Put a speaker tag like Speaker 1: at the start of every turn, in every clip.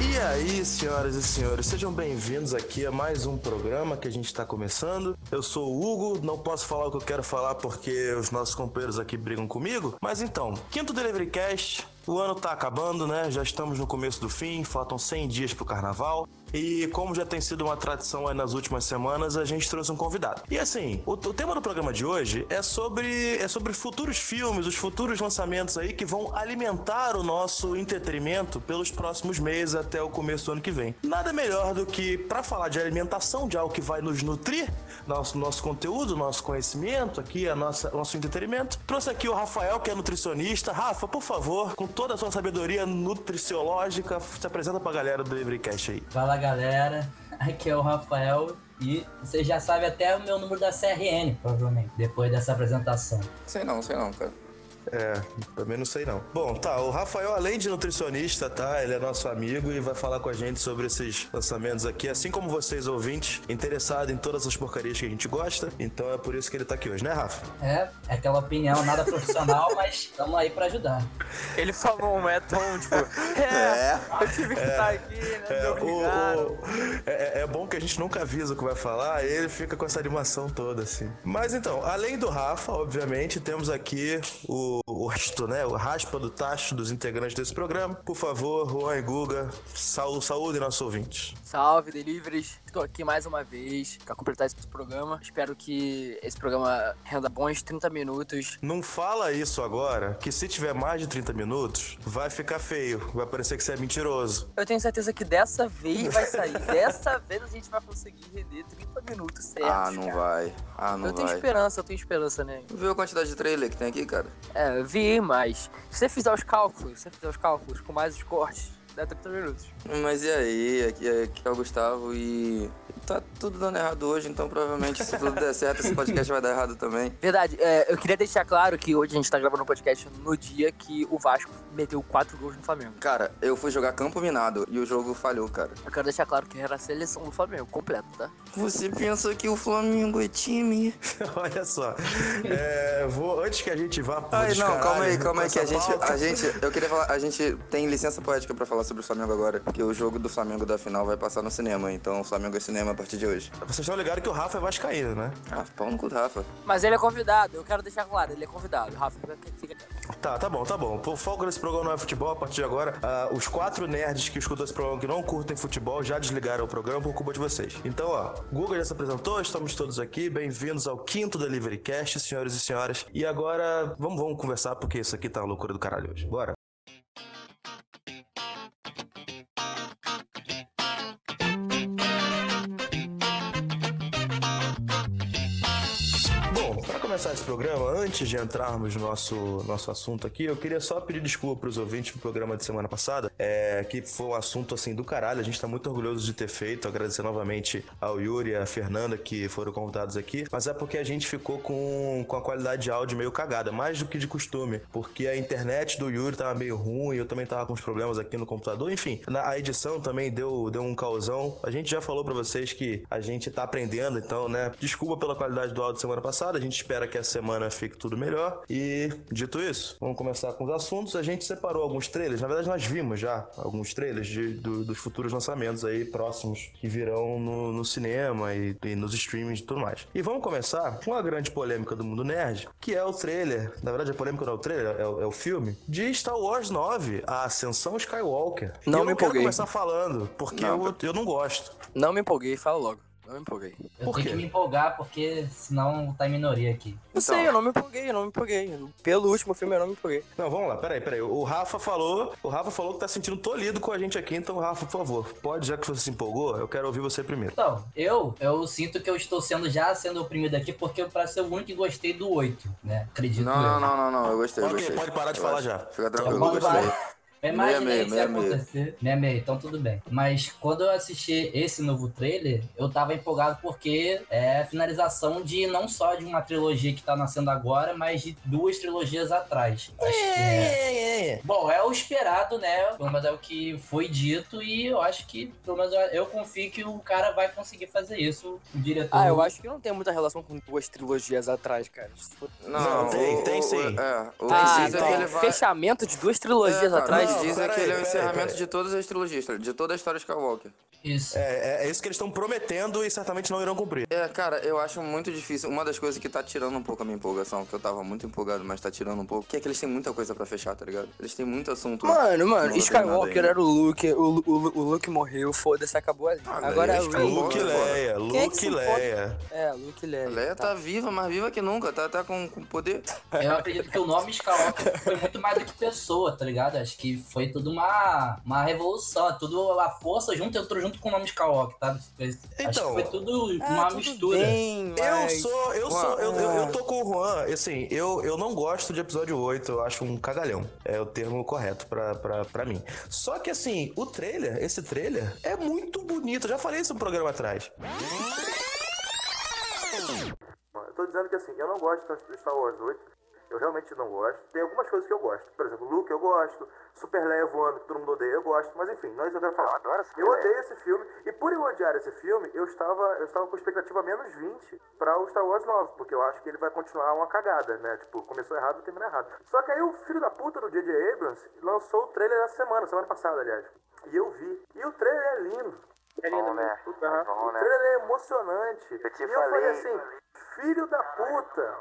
Speaker 1: E aí, senhoras e senhores, sejam bem-vindos aqui a mais um programa que a gente está começando. Eu sou o Hugo, não posso falar o que eu quero falar porque os nossos companheiros aqui brigam comigo. Mas então, quinto Deliverycast, o ano tá acabando, né? Já estamos no começo do fim, faltam 100 dias pro carnaval. E como já tem sido uma tradição aí nas últimas semanas, a gente trouxe um convidado. E assim, o, o tema do programa de hoje é sobre, é sobre futuros filmes, os futuros lançamentos aí que vão alimentar o nosso entretenimento pelos próximos meses até o começo do ano que vem. Nada melhor do que para falar de alimentação, de algo que vai nos nutrir, nosso, nosso conteúdo, nosso conhecimento aqui, a nossa, nosso entretenimento. Trouxe aqui o Rafael, que é nutricionista. Rafa, por favor, com toda a sua sabedoria nutriciológica, se apresenta pra galera do Livrecast aí.
Speaker 2: Fala galera, aqui é o Rafael e você já sabe até o meu número da CRN, provavelmente, depois dessa apresentação.
Speaker 3: Sei não, sei não, cara.
Speaker 1: É, também não sei não. Bom, tá, o Rafael, além de nutricionista, tá? Ele é nosso amigo e vai falar com a gente sobre esses lançamentos aqui, assim como vocês, ouvintes, interessados em todas as porcarias que a gente gosta. Então é por isso que ele tá aqui hoje, né, Rafa?
Speaker 2: É, é aquela opinião nada profissional, mas estamos aí pra ajudar.
Speaker 4: Ele falou um metão, tipo, é, eu tive que estar aqui, né?
Speaker 1: É,
Speaker 4: me
Speaker 1: o-
Speaker 4: obrigaram.
Speaker 1: o- é- é bom que a gente nunca avisa o que vai falar, ele fica com essa animação toda, assim. Mas então, além do Rafa, obviamente, temos aqui o, o resto, né? O raspa do tacho dos integrantes desse programa. Por favor, Juan e Guga, saúde, saúde nossos ouvintes.
Speaker 4: Salve, Deliveries! Estou aqui mais uma vez pra completar esse programa. Espero que esse programa é renda bons 30 minutos.
Speaker 1: Não fala isso agora, que se tiver mais de 30 minutos, vai ficar feio. Vai parecer que você é mentiroso.
Speaker 4: Eu tenho certeza que dessa vez vai sair. dessa vez a gente vai conseguir render 30 minutos certos.
Speaker 3: Ah, não
Speaker 4: É, cara.
Speaker 3: vai. Ah, não
Speaker 4: Eu tenho
Speaker 3: vai.
Speaker 4: esperança, eu tenho esperança, né?
Speaker 3: Viu a quantidade de trailer que tem aqui, cara?
Speaker 4: É, vi, mas se você fizer os cálculos, se você fizer os cálculos com mais os cortes, dá 30 minutos.
Speaker 3: Mas e aí? Aqui é, aqui é o Gustavo e. Tá tudo dando errado hoje, então provavelmente se tudo der certo, esse podcast vai dar errado também.
Speaker 4: Verdade, é, eu queria deixar claro que hoje a gente tá gravando um podcast no dia que o Vasco meteu 4 gols no Flamengo.
Speaker 3: Cara, eu fui jogar Campo Minado e o jogo falhou, cara.
Speaker 4: Eu quero deixar claro que era a seleção do Flamengo, completa, tá?
Speaker 3: Você pensa que o Flamengo é time?
Speaker 1: Olha só. É, vou, antes que a gente vá pro
Speaker 3: Ai, não,
Speaker 1: descaralho
Speaker 3: calma aí,
Speaker 1: com
Speaker 3: calma aí, que a
Speaker 1: essa
Speaker 3: gente,
Speaker 1: pauta-
Speaker 3: a gente. Eu queria falar, a gente tem licença poética pra falar sobre o Flamengo agora, porque o jogo do Flamengo da final vai passar no cinema, então o Flamengo é cinema a partir de hoje.
Speaker 1: Vocês estão ligados que o Rafa é vascaíno, né?
Speaker 3: Ah, pau no cu do Rafa.
Speaker 4: Mas ele é convidado, eu quero deixar claro, ele é convidado. Rafa, fica- fica quieto.
Speaker 1: Tá, tá bom, tá bom. O foco desse programa não é futebol. A partir de agora, ah, os quatro nerds que escutam esse programa que não curtem futebol já desligaram o programa por culpa de vocês. Então, ó, Guga já se apresentou, estamos todos aqui. Bem-vindos ao quinto Deliverycast, senhores e senhoras. E agora, vamos, vamos conversar, porque isso aqui tá uma loucura do caralho hoje. Bora. Bom, para começar esse programa, antes de entrarmos no nosso, nosso assunto aqui, eu queria só pedir desculpa pros ouvintes do programa de semana passada, é, que foi um assunto assim do caralho, a gente tá muito orgulhoso de ter feito, agradecer novamente ao Yuri e à Fernanda que foram convidados aqui, mas é porque a gente ficou com, com a qualidade de áudio meio cagada, mais do que de costume, porque a internet do Yuri tava meio ruim, eu também tava com uns problemas aqui no computador, enfim, na, a edição também deu, deu um causão, a gente já falou pra vocês que a gente tá aprendendo, então, né, desculpa pela qualidade do áudio semana passada, a gente espera que essa semana fique tudo melhor, e dito isso, vamos começar com os assuntos, a gente separou alguns trailers, na verdade nós vimos já alguns trailers de- do- dos futuros lançamentos aí próximos que virão no, no cinema e, e nos streamings e tudo mais. E vamos começar com a grande polêmica do mundo nerd, que é o trailer, na verdade a polêmica não é o trailer, é o, é o filme, de Star Wars 9, A Ascensão Skywalker.
Speaker 4: Não
Speaker 1: E eu não
Speaker 4: me
Speaker 1: quero
Speaker 4: empolguei.
Speaker 1: começar falando, porque
Speaker 3: Não.
Speaker 1: eu, eu não gosto.
Speaker 4: Não me empolguei, fala logo. Não me empolguei. Não
Speaker 2: Eu
Speaker 1: Por
Speaker 2: tenho
Speaker 1: quê?
Speaker 2: que me empolgar porque senão tá em minoria aqui.
Speaker 3: Então.
Speaker 4: sei, eu não me empolguei, eu não me empolguei. Pelo último filme eu não me empolguei.
Speaker 1: Não, vamos lá, peraí, peraí. O Rafa falou, o Rafa falou que tá sentindo tolhido com a gente aqui, então Rafa, por favor, pode, já que você se empolgou, eu quero ouvir você primeiro.
Speaker 2: Então, eu, eu sinto que eu estou sendo já sendo oprimido aqui porque eu, pra ser o único que gostei do 8, né? Acredito
Speaker 3: Não,
Speaker 2: eu.
Speaker 3: não, não, não, não, eu gostei, eu
Speaker 1: Ok,
Speaker 3: gostei.
Speaker 1: pode parar de
Speaker 3: Eu
Speaker 1: falar
Speaker 3: acho.
Speaker 1: já.
Speaker 3: Fica
Speaker 2: Eu
Speaker 3: tranquilo, eu
Speaker 2: vou
Speaker 3: gostei.
Speaker 2: parar. Eu imaginei
Speaker 3: Meia-meia,
Speaker 2: isso ia
Speaker 3: meia-meia.
Speaker 2: acontecer. Meia meia, então tudo bem. Mas quando eu assisti esse novo trailer, eu tava empolgado porque é a finalização de não só de uma trilogia que tá nascendo agora, mas de duas trilogias atrás. Acho que é. Bom, é o esperado, né? Pelo menos é o que foi dito e eu acho que, pelo menos eu- eu confio que o cara vai conseguir fazer isso, o diretor.
Speaker 4: Ah, eu acho que não tem muita relação com duas trilogias atrás, cara. Se for-
Speaker 3: Não,
Speaker 1: Não, tem-
Speaker 3: o-
Speaker 1: tem
Speaker 3: o-
Speaker 1: sim.
Speaker 3: É, o
Speaker 4: Ah,
Speaker 3: Caesar,
Speaker 4: então,
Speaker 3: ele vai...
Speaker 4: fechamento de duas trilogias
Speaker 3: É, cara,
Speaker 4: atrás
Speaker 3: eles
Speaker 1: Não,
Speaker 3: dizem
Speaker 1: pera
Speaker 3: que
Speaker 1: aí,
Speaker 3: ele é o
Speaker 1: pera aí,
Speaker 3: encerramento
Speaker 1: pera aí.
Speaker 3: de todas as trilogias, tá ligado? de toda a história de Skywalker.
Speaker 2: Isso.
Speaker 1: É, é, é isso que eles estão prometendo e certamente não irão cumprir.
Speaker 3: É, cara, eu acho muito difícil. Uma das coisas que tá tirando um pouco a minha empolgação, que eu tava muito empolgado, mas tá tirando um pouco, que é que eles têm muita coisa pra fechar, tá ligado? Eles têm muito assunto.
Speaker 4: Mano, mano,
Speaker 3: Não tá tem nada
Speaker 4: Skywalker
Speaker 3: ainda.
Speaker 4: era o Luke, o, Lu- o, Lu- o Luke morreu, foda-se, acabou ali.
Speaker 3: Ah,
Speaker 4: Agora é
Speaker 3: velho,
Speaker 4: o
Speaker 3: Skywalker.
Speaker 1: Luke
Speaker 4: Luke.
Speaker 1: e Leia,
Speaker 4: Quem é que
Speaker 1: Luke
Speaker 4: se
Speaker 1: e
Speaker 4: importa?
Speaker 1: Leia.
Speaker 4: É, Luke Leia.
Speaker 3: A Leia tá viva, mais viva que nunca, tá, tá com, com poder.
Speaker 2: Eu acredito que o nome Skywalker foi muito mais do que pessoa, tá ligado? Acho que foi tudo uma, uma revolução. é Tudo a força junto entrou junto com o nome Skywalker, sabe? Acho
Speaker 1: Então,
Speaker 2: que foi tudo
Speaker 4: Ah,
Speaker 2: uma
Speaker 4: tudo
Speaker 2: mistura.
Speaker 4: bem,
Speaker 1: Eu
Speaker 4: mas-
Speaker 1: sou, eu
Speaker 3: Juan,
Speaker 1: sou, eu, eu, eu tô com o Juan, assim, eu, eu não gosto de episódio 8, eu acho um cagalhão. É o termo correto pra, pra, pra mim. Só que assim, o trailer, esse trailer, é muito bonito. Eu já falei isso no programa atrás. Eu tô dizendo que assim, eu não gosto tanto de Star Wars 8. Eu realmente não gosto. Tem algumas coisas que eu gosto. Por exemplo, Luke eu gosto. Super Leia voando, que todo mundo odeia, eu gosto. Mas enfim, não é isso que eu quero falar. Eu, odeio esse filme. E por eu odiar esse filme, eu estava, eu estava com expectativa menos 20 para o Star Wars 9. Porque eu acho que ele vai continuar uma cagada, né? Tipo, começou errado e termina errado. Só que aí o filho da puta do J.J. Abrams lançou o trailer da semana, semana passada, aliás. E eu vi. E o trailer é lindo.
Speaker 5: É lindo, né?
Speaker 1: O trailer é emocionante. Eu
Speaker 5: te
Speaker 1: e eu falei
Speaker 5: falei.
Speaker 1: assim, filho da puta.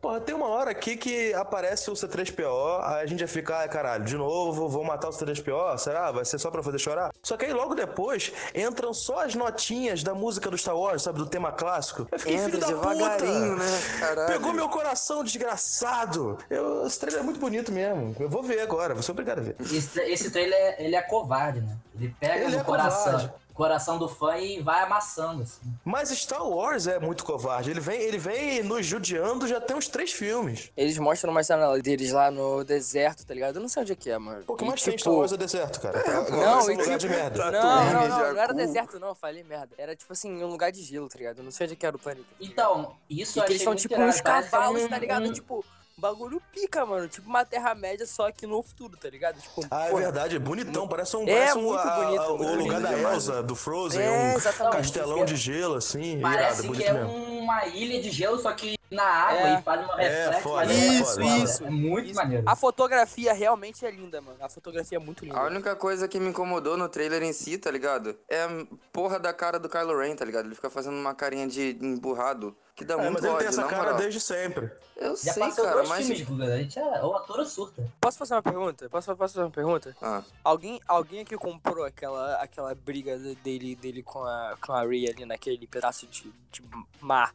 Speaker 1: Porra, tem uma hora aqui que aparece o C3PO, aí a gente já fica, ai caralho, de novo, vão matar o C3PO? Será? Vai ser só pra fazer chorar? Só que aí logo depois entram só as notinhas da música do Star Wars, sabe? Do tema clássico. Eu fiquei, filho
Speaker 3: Entra
Speaker 1: da
Speaker 3: devagarinho,
Speaker 1: puta!
Speaker 3: né? Caralho.
Speaker 1: Pegou meu coração, desgraçado! Eu, esse trailer é muito bonito mesmo. Eu vou ver agora, vou ser obrigado a ver.
Speaker 2: Esse, esse trailer, é- ele é covarde, né? Ele pega
Speaker 1: Ele
Speaker 2: no
Speaker 1: é
Speaker 2: coração,
Speaker 1: covarde.
Speaker 2: coração do fã e vai amassando, assim.
Speaker 1: Mas Star Wars é muito covarde. Ele vem, ele vem nos judiando já tem uns três filmes.
Speaker 4: Eles mostram uma cena deles lá no deserto, tá ligado? Eu não sei onde é que é, mano.
Speaker 1: Pô, o que
Speaker 4: E,
Speaker 1: mais tem em
Speaker 4: tipo,
Speaker 1: Star Wars é deserto, cara.
Speaker 4: Não,
Speaker 1: Esse
Speaker 4: e
Speaker 1: um lugar
Speaker 4: tipo-
Speaker 1: de merda.
Speaker 4: Não,
Speaker 3: Tatooine,
Speaker 4: não, não, não era
Speaker 3: Jakku.
Speaker 4: deserto não, falei merda. Era tipo assim, um lugar de gelo, tá ligado? Eu não sei onde é que era o planeta.
Speaker 2: Então, isso
Speaker 4: E
Speaker 2: eu achei
Speaker 4: que eles são
Speaker 2: muito
Speaker 4: tipo
Speaker 2: irado,
Speaker 4: uns
Speaker 2: parece
Speaker 4: cavalos,
Speaker 2: um-
Speaker 4: tá ligado?
Speaker 2: um-
Speaker 4: Tipo, bagulho pica, mano. Tipo uma Terra-média, só que no futuro, tá ligado? Tipo,
Speaker 1: Ah, é
Speaker 4: porra.
Speaker 1: verdade, é bonitão. Parece um,
Speaker 4: É
Speaker 1: parece um-
Speaker 4: muito
Speaker 1: a- a-
Speaker 4: bonito,
Speaker 1: o
Speaker 4: muito
Speaker 1: lugar
Speaker 3: bonito
Speaker 1: da
Speaker 3: demais.
Speaker 1: Elsa, do Frozen,
Speaker 4: É,
Speaker 1: um
Speaker 4: exatamente,
Speaker 1: castelão
Speaker 4: isso
Speaker 1: de gelo, assim. irado,
Speaker 2: Parece
Speaker 1: bonito
Speaker 2: que é
Speaker 1: mesmo.
Speaker 2: uma ilha de gelo, só que na água
Speaker 4: É.
Speaker 2: e faz uma
Speaker 1: É,
Speaker 2: reflexo.
Speaker 1: foda,
Speaker 2: mas
Speaker 1: é
Speaker 2: muito
Speaker 1: foda,
Speaker 2: foda,
Speaker 1: isso.
Speaker 2: É muito
Speaker 4: Isso.
Speaker 2: maneiro.
Speaker 4: A fotografia realmente é linda, mano. A fotografia é muito linda.
Speaker 3: A única coisa que me incomodou no trailer em si, tá ligado? É a porra da cara do Kylo Ren, tá ligado? Ele fica fazendo uma carinha de emburrado, que dá
Speaker 1: É,
Speaker 3: muito
Speaker 1: mas ele tem
Speaker 3: ódio,
Speaker 1: essa
Speaker 3: na
Speaker 1: cara
Speaker 3: moral.
Speaker 1: desde sempre.
Speaker 3: Eu
Speaker 2: Já
Speaker 3: sei,
Speaker 2: passou
Speaker 3: cara,
Speaker 2: dois
Speaker 3: mas...
Speaker 2: filmes, Guga. A gente é, o ator surta.
Speaker 4: Posso fazer uma pergunta? Posso, posso fazer uma pergunta?
Speaker 3: Ah,
Speaker 4: Alguém, alguém aqui comprou aquela, aquela briga de- dele, dele com a, com a Rey ali naquele pedaço de, de mar?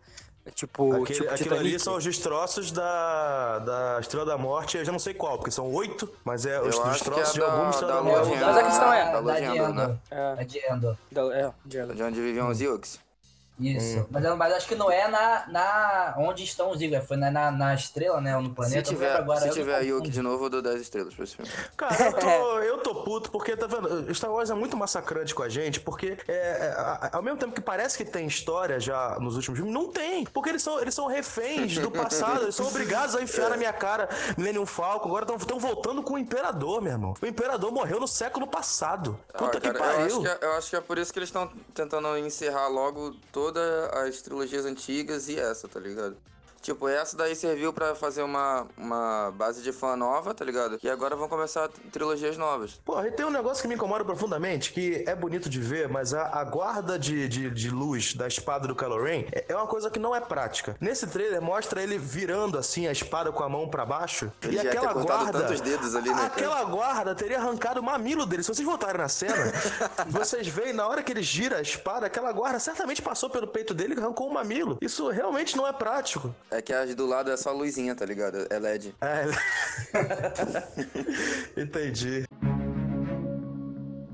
Speaker 4: Tipo,
Speaker 1: Aquele,
Speaker 4: tipo
Speaker 1: aquilo ali
Speaker 4: Titanic?
Speaker 1: são os destroços da, da Estrela da Morte, eu já não sei qual, porque são oito, mas é os
Speaker 3: Eu acho que é
Speaker 1: destroços de
Speaker 3: da-
Speaker 1: alguma Estrela
Speaker 3: da
Speaker 1: da
Speaker 3: Lua
Speaker 1: Morte.
Speaker 3: de
Speaker 4: Mas a questão
Speaker 2: Da,
Speaker 4: é-
Speaker 3: da
Speaker 2: da,
Speaker 3: Lua de
Speaker 2: de
Speaker 3: Endor, né?
Speaker 2: Endor.
Speaker 4: É,
Speaker 2: É de Endor.
Speaker 4: da- é, de ela.
Speaker 3: de onde viviam os Ewoks.
Speaker 2: Isso.
Speaker 3: Hum.
Speaker 2: Mas, eu- mas acho que não é na, na onde estão os Eagles. Foi na, na, na estrela, né? Ou no
Speaker 3: Se
Speaker 2: planeta. eu não
Speaker 3: tiver,
Speaker 2: lembro agora,
Speaker 3: se
Speaker 2: eu um
Speaker 3: tiver a
Speaker 2: não-
Speaker 3: Yuki de novo, eu dou 10 estrelas pra esse filme.
Speaker 1: Cara, eu tô, eu tô puto porque, tá vendo? Star Wars é muito massacrante com a gente, porque é, é, a- ao mesmo tempo que parece que tem história já nos últimos filmes, não tem. Porque eles são, eles são reféns do passado, eles são obrigados a enfiar na minha cara Millennium Falcon. Agora estão voltando com o Imperador, meu irmão. O Imperador morreu no século passado. Puta
Speaker 3: Ah,
Speaker 1: que
Speaker 3: cara, Eu acho
Speaker 1: pariu.
Speaker 3: que, é, eu acho que é por isso que eles estão tentando encerrar logo todas as trilogias antigas e essa, tá ligado? Tipo, essa daí serviu pra fazer uma, uma base de fã nova, tá ligado? E agora vão começar trilogias novas.
Speaker 1: Porra, e tem um negócio que me incomoda profundamente, que é bonito de ver, mas a, a guarda de, de, de luz da espada do Kylo Ren é, é uma coisa que não é prática. Nesse trailer mostra ele virando assim a espada com a mão pra baixo
Speaker 3: Ele
Speaker 1: e
Speaker 3: já ia ter
Speaker 1: aquela
Speaker 3: cortado
Speaker 1: guarda,
Speaker 3: tantos dedos ali, né,
Speaker 1: aquela guarda teria arrancado o mamilo dele. Se vocês voltarem na cena, vocês veem na hora que ele gira a espada, aquela guarda certamente passou pelo peito dele e arrancou o mamilo. Isso realmente não é prático.
Speaker 3: É que as do lado é só luzinha, tá ligado? É LED.
Speaker 1: É. Entendi.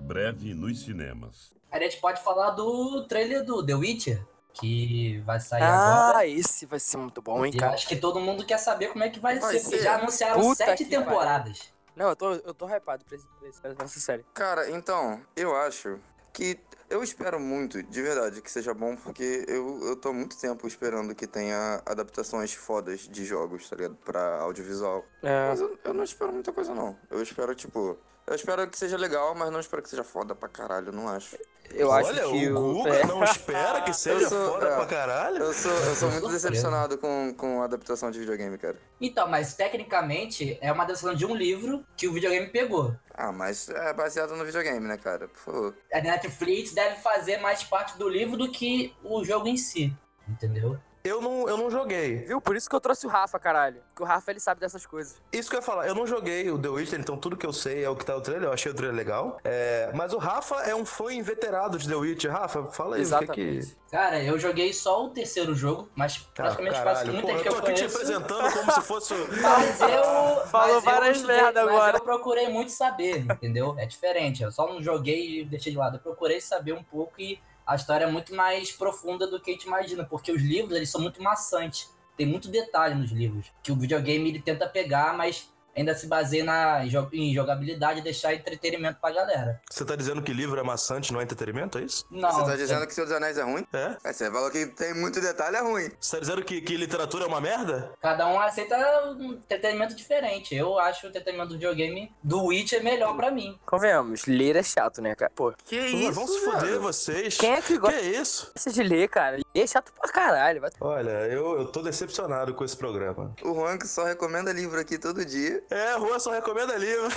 Speaker 6: Breve nos cinemas.
Speaker 2: Aí a gente pode falar do trailer do The Witcher, que vai sair agora.
Speaker 4: Ah, esse vai ser muito bom, hein,
Speaker 2: E eu
Speaker 4: cara.
Speaker 2: acho que todo mundo quer saber como é que vai,
Speaker 3: é Vai
Speaker 2: ser, porque
Speaker 3: ser.
Speaker 2: já anunciaram
Speaker 4: Puta
Speaker 2: sete
Speaker 4: que pariu.
Speaker 2: temporadas.
Speaker 4: Não, eu tô, eu tô hypado pra, esse, pra, esse, pra essa série.
Speaker 3: Cara, então, eu acho que. Eu espero muito, de verdade, que seja bom, porque eu, eu tô há muito tempo esperando que tenha adaptações fodas de jogos, tá ligado? Pra audiovisual.
Speaker 4: É.
Speaker 3: Mas eu, eu não espero muita coisa, não. Eu espero, tipo, Eu espero que seja legal, mas não espero que seja foda pra caralho, não acho.
Speaker 4: Eu acho
Speaker 1: Olha,
Speaker 4: que
Speaker 1: o Guga
Speaker 4: é,
Speaker 1: não espera que seja
Speaker 3: Eu sou-
Speaker 1: foda
Speaker 3: é.
Speaker 1: pra caralho.
Speaker 3: Eu sou, eu sou muito
Speaker 2: Surpresa.
Speaker 3: decepcionado com, com a adaptação de videogame, cara.
Speaker 2: Então, mas tecnicamente é uma adaptação de um livro que o videogame pegou.
Speaker 3: Ah, mas é baseado no videogame, né, cara? Por favor.
Speaker 2: A Netflix deve fazer mais parte do livro do que o jogo em si. Entendeu?
Speaker 1: Eu não, eu não joguei.
Speaker 4: Viu? Por isso que eu trouxe o Rafa, caralho. Porque o Rafa, ele sabe dessas coisas.
Speaker 1: Isso que eu ia falar, eu não joguei o The Witcher, então tudo que eu sei é o que tá no trailer, eu achei o trailer legal. É, mas o Rafa é um fã inveterado de The Witcher. Rafa, fala aí o que Ah, que...
Speaker 2: Cara, eu joguei só o terceiro jogo, mas praticamente quase
Speaker 1: Ah, caralho,
Speaker 2: muita
Speaker 1: porra,
Speaker 2: gente que
Speaker 1: eu tô
Speaker 2: eu
Speaker 1: aqui te
Speaker 2: conheço.
Speaker 1: apresentando como se fosse... o-
Speaker 2: Mas eu.
Speaker 4: Falou
Speaker 2: mas
Speaker 4: várias
Speaker 2: eu estudei-
Speaker 4: merda
Speaker 2: mas
Speaker 4: agora.
Speaker 2: Eu procurei muito saber, entendeu? É diferente. Eu só não joguei e deixei de lado. Eu procurei saber um pouco e a história é muito mais profunda do que a gente imagina, porque os livros eles são muito maçantes. Tem muito detalhe nos livros. Que o videogame ele tenta pegar, mas ainda se baseia na, em jo- em jogabilidade e deixar entretenimento pra galera.
Speaker 1: Você tá dizendo que livro é maçante, não é entretenimento, é isso?
Speaker 2: Não.
Speaker 3: Você tá dizendo que Senhor dos Anéis é ruim?
Speaker 1: É?
Speaker 3: Aí você falou que tem muito detalhe, é ruim.
Speaker 1: Você tá dizendo que, que literatura é uma merda?
Speaker 2: Cada um aceita um entretenimento diferente. Eu acho o entretenimento do videogame do Witch é melhor pra mim.
Speaker 4: Convenhamos, ler é chato, né, cara? Pô,
Speaker 3: Que
Speaker 1: Pô,
Speaker 3: isso,
Speaker 1: vão se
Speaker 3: velho?
Speaker 1: foder vocês.
Speaker 4: quem é que
Speaker 1: Que
Speaker 4: gosta
Speaker 1: é isso?
Speaker 4: de ler, cara? Ler é chato pra caralho. Vai...
Speaker 1: Olha, eu, eu tô decepcionado com esse programa.
Speaker 3: O Juan que só recomenda livro aqui todo dia.
Speaker 1: É, Rua só recomenda livro.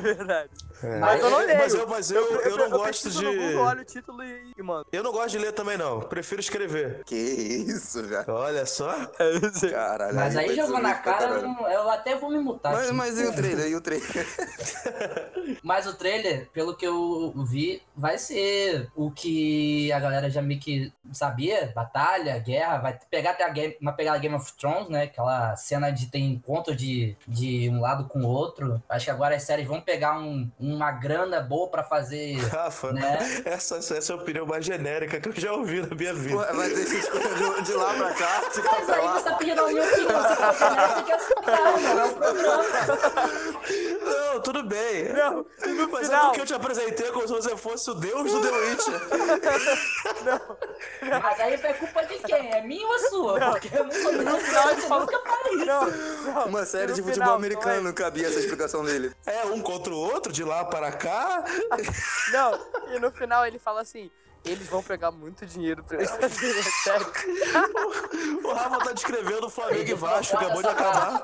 Speaker 4: Verdade.
Speaker 1: É.
Speaker 4: Mas eu não leio.
Speaker 1: Mas eu, mas eu, eu, não gosto
Speaker 4: pesquiso
Speaker 1: de.
Speaker 4: no Google, olho o título e, e mano.
Speaker 1: Eu não gosto de ler também, não. Prefiro escrever.
Speaker 3: Que isso, velho.
Speaker 1: Olha só.
Speaker 3: Caralho.
Speaker 2: Mas aí
Speaker 3: foi
Speaker 2: jogou na
Speaker 3: sinistro é pra
Speaker 2: cara,
Speaker 3: caralho.
Speaker 2: não- eu até vou me mutar.
Speaker 3: Mas,
Speaker 2: aqui.
Speaker 3: mas e o trailer? E o trailer?
Speaker 2: Mas o trailer, pelo que eu vi, vai ser o que a galera já meio que sabia, batalha, guerra, vai pegar até a game, uma pegada Game of Thrones, né? Aquela cena de ter encontro de, de um lado com o outro. Acho que agora as séries vão pegar um- uma grana boa pra fazer,
Speaker 1: Rafa,
Speaker 2: né?
Speaker 1: essa, essa é a opinião mais genérica que eu já ouvi na minha vida.
Speaker 3: Porra, mas deixa eu te correr de lá pra cá, de cá
Speaker 2: Mas
Speaker 3: pra
Speaker 2: aí você
Speaker 3: lá.
Speaker 2: tá pedindo a minha opinião, você tá pedindo, você quer aceitar, não é o programa.
Speaker 1: Não, tudo bem.
Speaker 4: Não,
Speaker 1: mas é
Speaker 4: final.
Speaker 1: porque eu te apresentei como se você fosse o deus do The Witcher.
Speaker 2: Mas aí é culpa de quem? É minha ou a sua? Porque eu nunca,
Speaker 4: final ele
Speaker 2: nunca,
Speaker 4: falou-
Speaker 2: nunca parei.
Speaker 4: Não, não. é.
Speaker 3: Uma série
Speaker 4: No
Speaker 3: de futebol
Speaker 4: final,
Speaker 3: americano cabia essa explicação dele.
Speaker 1: É um contra o outro, de lá para cá.
Speaker 4: Não, é. não, e no final ele fala assim: eles vão pegar muito dinheiro pra fazer a série.
Speaker 1: O Rafa tá descrevendo o Flamengo e Vasco, acabou de acabar.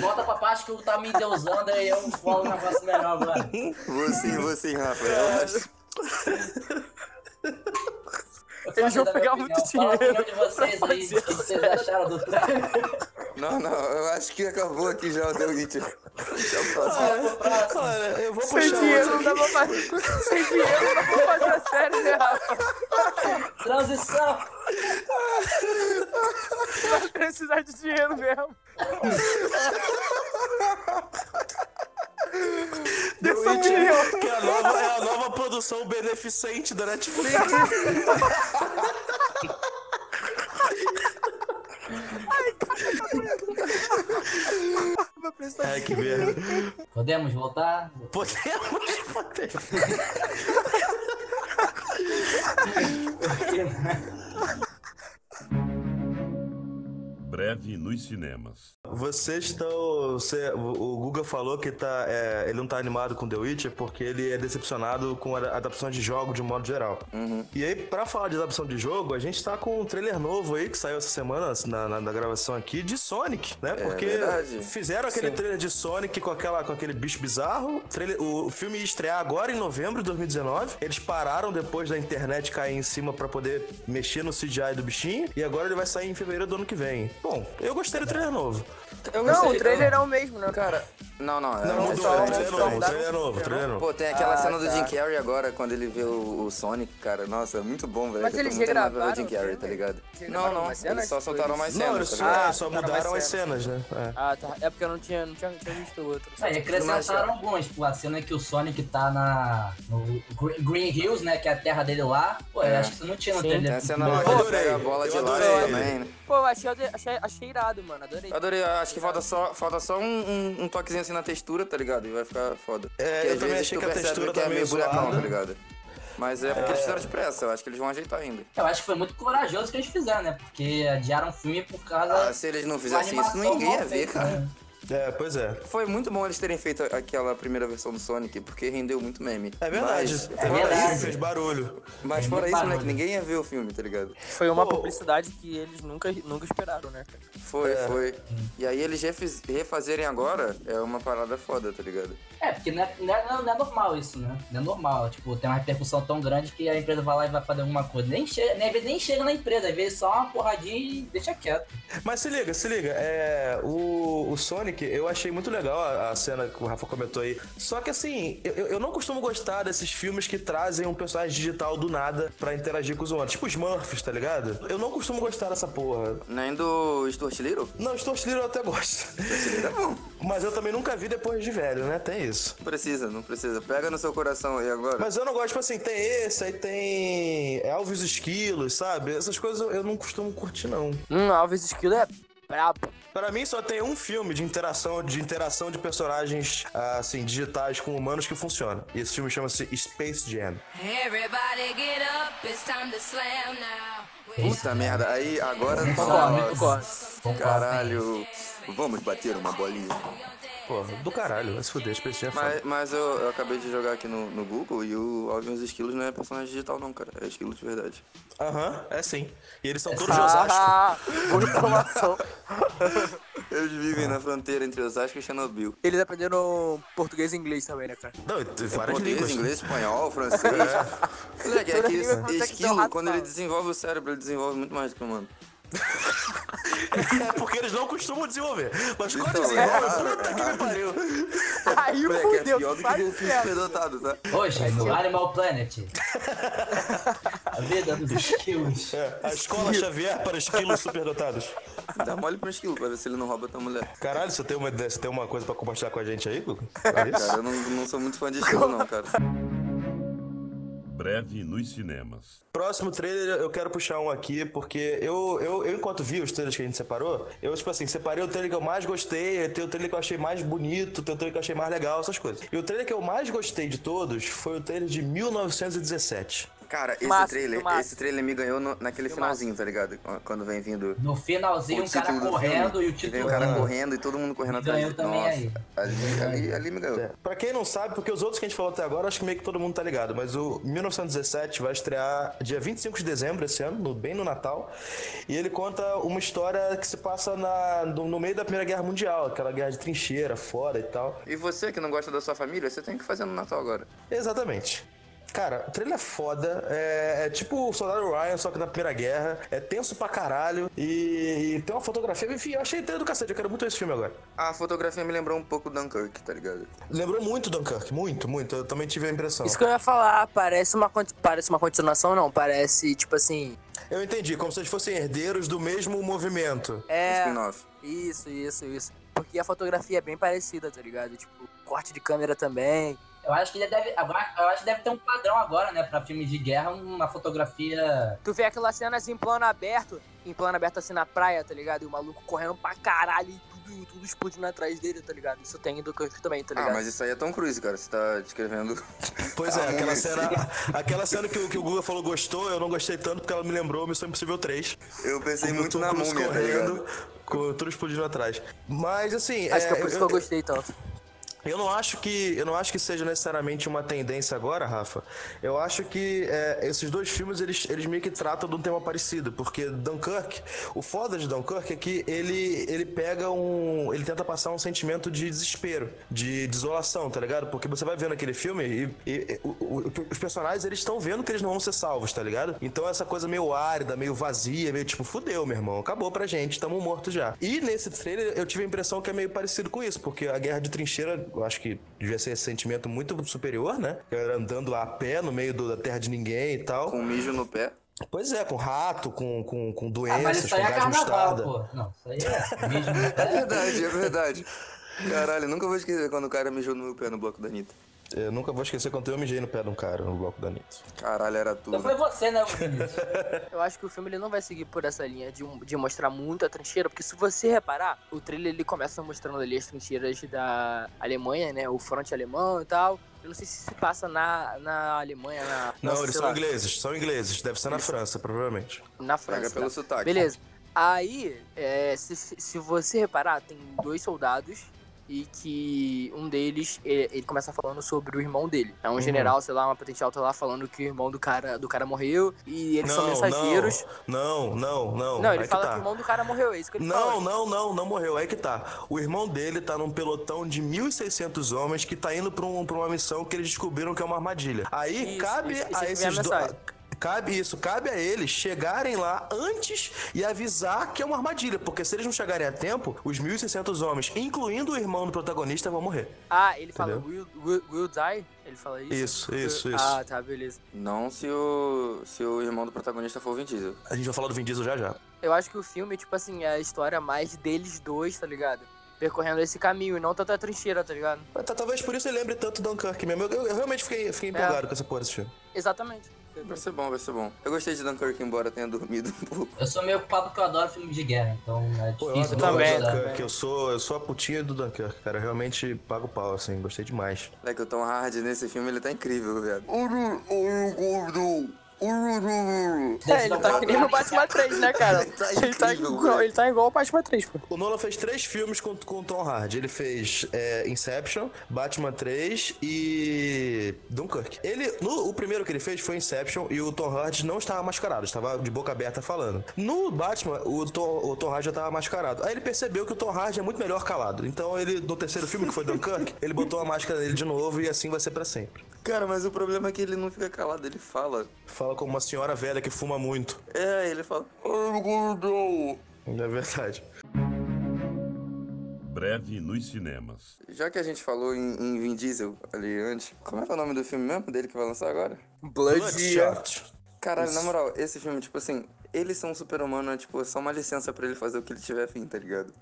Speaker 2: Bota pra parte que eu tá me endeusando e eu falo um negócio melhor agora.
Speaker 3: Vou sim, vou sim, Rafa. Eu acho.
Speaker 2: Eu
Speaker 4: Eles
Speaker 2: só vou
Speaker 4: vão
Speaker 2: dar
Speaker 4: pegar
Speaker 2: minha
Speaker 4: muito
Speaker 2: opinião. Fala a
Speaker 4: dinheiro
Speaker 2: opinião de vocês
Speaker 4: pra
Speaker 2: aí,
Speaker 4: fazer
Speaker 2: o que vocês acharam do trailer.
Speaker 3: Não, não, eu acho que acabou aqui já o The Witcher. Tchau, próximo.
Speaker 1: Olha, eu vou
Speaker 4: Sem
Speaker 1: puxar
Speaker 4: dinheiro
Speaker 1: outro
Speaker 4: não dá pra fazer. Sem dinheiro não dá pra fazer a série, né, Rafa?
Speaker 2: Transição.
Speaker 4: Vai precisar de dinheiro mesmo.
Speaker 1: The
Speaker 4: Dessa
Speaker 1: Witcher,
Speaker 4: opinião.
Speaker 1: que é a, nova, é a nova produção beneficente da Netflix.
Speaker 4: Vai precisar
Speaker 1: Ai, que merda.
Speaker 2: Podemos voltar?
Speaker 1: Podemos, podemos.
Speaker 5: Breve nos cinemas.
Speaker 1: Vocês estão. você- o o Guga falou que tá, é, ele não tá animado com The Witcher porque ele é decepcionado com a adaptação de jogo de um modo geral. E aí, pra falar de adaptação de jogo, a gente tá com um trailer novo aí que saiu essa semana na, na- na gravação aqui de Sonic, né? Porque
Speaker 3: verdade.
Speaker 1: fizeram aquele
Speaker 4: Sim.
Speaker 1: trailer de Sonic com, aquela, com aquele bicho bizarro. Trailer- o filme ia estrear agora em novembro de 2019. Eles pararam depois da internet cair em cima pra poder mexer no CGI do bichinho. E agora ele vai sair em fevereiro do ano que vem. Bom, eu gostei do trailer novo.
Speaker 3: Eu
Speaker 4: Não,
Speaker 3: gostei,
Speaker 4: o trailer
Speaker 3: eu-
Speaker 4: é o mesmo, né?
Speaker 3: Cara, não, não. é
Speaker 1: Não,
Speaker 3: muito
Speaker 1: mudou,
Speaker 4: só-
Speaker 1: trailer
Speaker 4: só-
Speaker 1: novo,
Speaker 4: só-
Speaker 1: trailer novo, trailer novo.
Speaker 3: Pô, tem aquela
Speaker 4: Ah,
Speaker 3: cena do
Speaker 4: tá.
Speaker 3: Jim Carrey agora, quando ele vê o, o Sonic, cara. Nossa, é muito bom, velho.
Speaker 4: Mas
Speaker 3: Eu tô
Speaker 4: eles
Speaker 3: muito animado pra ver
Speaker 4: regravaram
Speaker 3: o Jim Carrey,
Speaker 4: o
Speaker 3: tá
Speaker 4: filme?
Speaker 3: ligado?
Speaker 4: Eles
Speaker 3: Não,
Speaker 4: gravaram
Speaker 3: não.
Speaker 4: mais cenas?
Speaker 3: Eles só soltaram mais
Speaker 1: Não, eles
Speaker 3: cenas,
Speaker 1: só, é,
Speaker 3: tá ligado?
Speaker 4: Ah,
Speaker 1: só
Speaker 4: tá,
Speaker 1: mudaram
Speaker 4: mais
Speaker 1: as cenas, né? É.
Speaker 4: Ah, tá. É porque eu não tinha, não tinha, não tinha visto o outro.
Speaker 2: Aí, acrescentaram alguns, tipo, a cena que o Sonic tá na. no Gre- Green Hills, né? Que é a terra dele lá. Pô, eu
Speaker 3: É.
Speaker 2: acho que isso não tinha no
Speaker 4: Sim. tá
Speaker 3: Tem a
Speaker 2: trailer.
Speaker 3: cena
Speaker 2: Não.
Speaker 3: lá que ele
Speaker 1: adorei,
Speaker 3: pega a bola
Speaker 1: eu
Speaker 3: de
Speaker 1: adorei.
Speaker 3: lado também, né?
Speaker 4: Pô, eu achei, achei, achei irado, mano. Adorei.
Speaker 3: Eu Adorei, eu acho que falta só, falta só um, um- um toquezinho assim na textura, tá ligado? E vai ficar foda.
Speaker 1: É,
Speaker 3: Porque
Speaker 1: eu
Speaker 3: às
Speaker 1: também
Speaker 3: vezes
Speaker 1: achei
Speaker 3: tu
Speaker 1: que a
Speaker 3: percebe
Speaker 1: textura
Speaker 3: que
Speaker 1: tá
Speaker 3: é
Speaker 1: meio
Speaker 3: meio buracão,
Speaker 1: zoada.
Speaker 3: tá ligado? Mas é porque eles fizeram depressa, eu acho que eles vão ajeitar ainda.
Speaker 2: Eu acho que foi muito corajoso o que eles fizeram, né? Porque adiaram o filme por causa.
Speaker 3: Ah, se eles não fizessem isso,
Speaker 2: animação
Speaker 3: ninguém ia
Speaker 2: mal
Speaker 3: ver,
Speaker 2: feita,
Speaker 3: cara.
Speaker 2: né?
Speaker 1: É, pois é.
Speaker 3: Foi muito bom eles terem feito aquela primeira versão do Sonic, porque rendeu muito meme.
Speaker 1: É verdade.
Speaker 3: Mas,
Speaker 1: é
Speaker 3: fora
Speaker 1: verdade.
Speaker 2: isso.
Speaker 1: Fez barulho.
Speaker 3: isso, mas
Speaker 2: É
Speaker 3: fora
Speaker 2: muito
Speaker 3: isso, moleque,
Speaker 2: barulho.
Speaker 3: ninguém ia ver o filme, tá ligado?
Speaker 4: Foi uma
Speaker 1: Pô.
Speaker 4: publicidade que eles nunca, nunca esperaram, né, cara?
Speaker 3: Foi,
Speaker 1: É.
Speaker 3: foi. E aí eles refiz- refazerem agora é uma parada foda, tá ligado?
Speaker 2: É, porque não é, não, é, não é normal isso, né? Não é normal. Tipo, tem uma repercussão tão grande que a empresa vai lá e vai fazer alguma coisa. Nem chega, nem, às vezes nem chega na empresa, às vezes só uma porradinha e deixa quieto.
Speaker 1: Mas se liga, se liga. É, o, o Sonic, eu achei muito legal a, a cena que o Rafa comentou aí. Só que assim, eu, eu não costumo gostar desses filmes que trazem um personagem digital do nada pra interagir com os humanos. Tipo os Smurfs, tá ligado? Eu não costumo gostar dessa porra.
Speaker 3: Nem do Stuart Little?
Speaker 1: Não, Stuart Little eu até gosto. é
Speaker 3: Tá bom.
Speaker 1: Mas eu também nunca vi depois de velho, né? Tem isso.
Speaker 3: Não Precisa, não precisa. Pega no seu coração aí agora.
Speaker 1: Mas eu não gosto, tipo assim, tem esse, aí tem Elvis Esquilos, sabe? Essas coisas eu- eu não costumo curtir, não.
Speaker 4: Hum, Alves Esquilo é brabo.
Speaker 1: Pra mim só tem um filme de interação de interação de personagens ah, assim digitais com humanos que funciona. E esse filme chama-se Space Jam.
Speaker 5: Everybody get up, it's time to slam now.
Speaker 3: Puta merda, aí agora.
Speaker 4: Concordo,
Speaker 3: Nossa,
Speaker 4: concordo.
Speaker 3: Caralho, vamos bater uma bolinha.
Speaker 1: Pô, do caralho, vai se fuder, Space Jam é foda.
Speaker 3: Mas, mas eu, eu acabei de jogar aqui no, no Google e o Alvin e os Esquilos não é personagem digital, não, cara. É esquilo de verdade.
Speaker 1: Aham, é sim. E eles são todos de Osasco.
Speaker 4: Ah, boa informação.
Speaker 3: Eles vivem na fronteira entre Osasco e Chernobyl.
Speaker 4: Eles aprenderam português e inglês também, né, cara?
Speaker 1: Não, e tem várias
Speaker 3: Português,
Speaker 1: línguas.
Speaker 3: inglês, espanhol, francês. Moleque, é
Speaker 4: Toda
Speaker 3: que
Speaker 4: língua consegue dar um
Speaker 3: esquilo,
Speaker 4: rato
Speaker 3: quando
Speaker 4: pra
Speaker 3: ele
Speaker 4: ela.
Speaker 3: desenvolve o cérebro, ele desenvolve muito mais do que o humano.
Speaker 1: É porque eles não costumam desenvolver. Mas quando
Speaker 3: Então,
Speaker 1: desenvolvem,
Speaker 3: é.
Speaker 1: puta que me pariu.
Speaker 4: Aí
Speaker 3: Moleque, é pior
Speaker 4: fudeu,
Speaker 3: do que
Speaker 4: sai
Speaker 3: o filme
Speaker 4: fera.
Speaker 3: superdotado, tá?
Speaker 2: Hoje, no Animal Planet. a vida dos skills.
Speaker 1: É, a escola Xavier para esquilos superdotados.
Speaker 3: Dá mole pro esquilo pra ver se ele não rouba tua mulher.
Speaker 1: Caralho, você tem uma, você tem uma coisa pra compartilhar com a gente aí, Gugu? É isso?
Speaker 3: Cara, eu não, não sou muito fã de esquilo, não, cara.
Speaker 6: Breve nos cinemas.
Speaker 1: Próximo trailer, eu quero puxar um aqui, porque eu, eu, eu, enquanto vi os trailers que a gente separou, eu, tipo assim, separei o trailer que eu mais gostei, tem o trailer que eu achei mais bonito, tem o trailer que eu achei mais legal, essas coisas. E o trailer que eu mais gostei de todos foi o trailer de 1917.
Speaker 3: Cara, esse
Speaker 4: Filmaço,
Speaker 3: trailer,
Speaker 4: filmaço.
Speaker 3: esse trailer me ganhou no- naquele
Speaker 4: Filmaço.
Speaker 3: finalzinho, tá ligado? Quando vem vindo
Speaker 2: No finalzinho,
Speaker 3: o
Speaker 2: um cara
Speaker 3: título do
Speaker 2: correndo
Speaker 3: filme,
Speaker 2: e o
Speaker 3: que
Speaker 2: título.
Speaker 3: vem o cara correndo e todo mundo correndo
Speaker 2: Me
Speaker 3: atrás
Speaker 2: ganhou
Speaker 3: dele.
Speaker 2: também
Speaker 3: Nossa,
Speaker 2: aí.
Speaker 3: ali, ali, ali me ganhou.
Speaker 1: É. Pra quem não sabe, porque os outros que a gente falou até agora, acho que meio que todo mundo tá ligado, mas o 1917 vai estrear dia 25 de dezembro esse ano, no- bem no Natal, e ele conta uma história que se passa na- no, no meio da Primeira Guerra Mundial, aquela guerra de trincheira, fora e tal.
Speaker 3: E você que não gosta da sua família, você tem que fazer no Natal agora.
Speaker 1: Exatamente. Cara, o trailer é foda, é, é tipo o Soldado Ryan, só que na Primeira Guerra, é tenso pra caralho, e, e tem uma fotografia, enfim, eu achei trailer do cacete, eu quero muito esse filme agora.
Speaker 3: A fotografia me lembrou um pouco do Dunkirk, tá ligado?
Speaker 1: Lembrou muito Dunkirk, muito, muito, eu também tive a impressão.
Speaker 4: Isso que eu ia falar, parece uma, conti- parece uma continuação, não? Parece, tipo assim.
Speaker 1: Eu entendi, como se eles fossem herdeiros do mesmo movimento.
Speaker 4: É.
Speaker 3: Spin-off.
Speaker 4: Isso, isso, isso. Porque a fotografia é bem parecida, tá ligado? Tipo, corte de câmera também.
Speaker 2: Eu acho que ele deve. Agora, eu acho que deve ter um padrão agora, né? Pra filme de guerra, uma fotografia.
Speaker 4: Tu vê aquela cena assim em plano aberto, em plano aberto assim na praia, tá ligado? E o maluco correndo pra caralho e tudo, tudo explodindo atrás dele, tá ligado? Isso tem do Kirk também, tá
Speaker 3: Ah,
Speaker 4: ligado?
Speaker 3: mas isso aí é Tom Cruise, cara. Você tá descrevendo.
Speaker 1: Pois é,
Speaker 3: Ah,
Speaker 1: aquela
Speaker 3: muito.
Speaker 1: cena, aquela cena que, o- que o Guga falou gostou, eu não gostei tanto porque ela me lembrou Missão Impossível 3.
Speaker 3: Eu pensei
Speaker 1: com o
Speaker 3: muito
Speaker 1: Tom
Speaker 3: na
Speaker 1: Cruise
Speaker 3: múmia, tá
Speaker 1: correndo,
Speaker 3: ligado?
Speaker 1: com tudo explodindo atrás. Mas assim,
Speaker 4: Acho
Speaker 1: é,
Speaker 4: que é por isso que eu gostei tanto.
Speaker 1: Eu não acho que eu não acho que seja necessariamente uma tendência agora, Rafa. Eu acho que é, esses dois filmes eles, eles meio que tratam de um tema parecido, porque Dunkirk, o foda de Dunkirk é que ele ele pega um, ele tenta passar um sentimento de desespero, de desolação, tá ligado? Porque você vai vendo aquele filme e, e- e o- o- os personagens eles estão vendo que eles não vão ser salvos, tá ligado? Então essa coisa meio árida, meio vazia, meio tipo fudeu, meu irmão, acabou pra gente, tamo morto já. E nesse trailer eu tive a impressão que é meio parecido com isso, porque a guerra de trincheira, eu acho que devia ser esse sentimento muito superior, né? Galera andando a pé no meio do- da terra de ninguém e tal.
Speaker 3: Com mijo no pé.
Speaker 1: Pois é, com rato, com, com, com
Speaker 2: Ah, mas
Speaker 1: doenças,
Speaker 2: isso aí
Speaker 1: com
Speaker 2: é
Speaker 1: gás
Speaker 2: carnaval,
Speaker 1: mostarda.
Speaker 2: pô. Não, isso aí é. Mesmo.
Speaker 3: É verdade, é verdade. Caralho, nunca vou esquecer quando o cara mijou no meu pé no bloco da Anitta.
Speaker 1: Eu nunca vou esquecer quando eu mijei no pé de um cara no bloco da Nitro.
Speaker 3: Caralho, era tudo.
Speaker 2: Então foi você, né, Vinícius?
Speaker 4: Eu acho que o filme ele não vai seguir por essa linha de, um, de mostrar muito a trincheira, porque se você reparar, o trailer ele começa mostrando ali as trincheiras da Alemanha, né? O fronte alemão e tal. Eu não sei se se passa na, na Alemanha, na
Speaker 1: Não, eles
Speaker 4: França, sei
Speaker 1: são
Speaker 4: lá,
Speaker 1: ingleses, são ingleses. Deve ser na França, provavelmente.
Speaker 4: na França.
Speaker 3: Pega
Speaker 4: tá?
Speaker 3: pelo sotaque.
Speaker 4: Beleza. Aí, é, se, se- se você reparar, tem dois soldados e que um deles, ele, ele começa falando sobre o irmão dele. É um
Speaker 1: Uhum.
Speaker 4: general, sei lá, uma patente alta lá, falando que o irmão do cara, do cara morreu e eles são mensageiros.
Speaker 1: Não, não, não.
Speaker 4: Não,
Speaker 1: Aí
Speaker 4: ele fala que,
Speaker 1: tá.
Speaker 4: o irmão do cara morreu, é isso que ele fala.
Speaker 1: Não, não, não, não morreu. Aí que tá. O irmão dele tá num pelotão de 1.600 homens que tá indo pra, um- pra uma missão que eles descobriram que é uma armadilha. Aí
Speaker 4: Isso,
Speaker 1: cabe
Speaker 4: isso, isso
Speaker 1: a
Speaker 4: é que vem a
Speaker 1: esses dois.
Speaker 4: mensagem.
Speaker 1: Cabe isso, cabe a eles chegarem lá antes e avisar que é uma armadilha, porque se eles não chegarem a tempo, os 1.600 homens, incluindo o irmão do protagonista, vão morrer.
Speaker 4: Ah, ele fala will, will, will die? Ele fala isso?
Speaker 1: Isso, isso, isso.
Speaker 4: Ah, tá, beleza.
Speaker 3: Não se o, se o irmão do protagonista for o Vin Diesel.
Speaker 1: A gente vai falar do Vin Diesel já já.
Speaker 4: Eu acho que o filme, tipo assim, é a história mais deles dois, tá ligado? Percorrendo esse caminho e não tanta trincheira, tá ligado?
Speaker 1: Mas tá- Talvez por isso ele lembre tanto Dunkirk mesmo. Eu, eu- eu realmente fiquei,
Speaker 4: É.
Speaker 1: fiquei empolgado com essa porra desse filme.
Speaker 4: Exatamente.
Speaker 3: Vai ser bom, vai ser bom. Eu gostei de Dunkirk, embora tenha dormido um pouco.
Speaker 2: Eu sou meio ocupado porque eu adoro filme de guerra, então é
Speaker 1: Pô,
Speaker 2: difícil.
Speaker 1: adoro
Speaker 4: também,
Speaker 2: gostar.
Speaker 1: Dunkirk. Eu sou, eu sou a putinha do Dunkirk, cara. Eu realmente pago pau, assim. Gostei demais.
Speaker 3: É que o Tom Hardy nesse filme, ele tá incrível, viado.
Speaker 4: É, ele tá que nem no Batman 3, né, cara?
Speaker 3: Ele tá
Speaker 4: Ele tá
Speaker 3: incrível,
Speaker 4: igual,
Speaker 3: velho.
Speaker 4: ele tá igual o Batman 3, pô.
Speaker 1: O Nolan fez três filmes com, com o Tom Hardy. Ele fez é, Inception, Batman 3 e Dunkirk. Ele, no- o primeiro que ele fez foi Inception e o Tom Hardy não estava mascarado. Estava de boca aberta falando. No Batman, o Tom, o Tom Hardy já estava mascarado. Aí ele percebeu que o Tom Hardy é muito melhor calado. Então ele, no terceiro filme, que foi Dunkirk, ele botou a máscara dele de novo e assim vai ser pra sempre.
Speaker 3: Cara, mas o problema é que ele não fica calado, ele fala.
Speaker 1: Fala como uma senhora velha que fuma muito.
Speaker 3: É, ele fala.
Speaker 1: É verdade.
Speaker 6: Breve nos cinemas.
Speaker 3: Já que a gente falou em, em Vin Diesel ali antes, como é que é o nome do filme mesmo dele que vai lançar agora?
Speaker 1: Bloodshot.
Speaker 3: Caralho, na moral, esse filme, tipo assim, eles são super humanos, tipo, é só uma licença pra ele fazer o que ele tiver afim, tá ligado?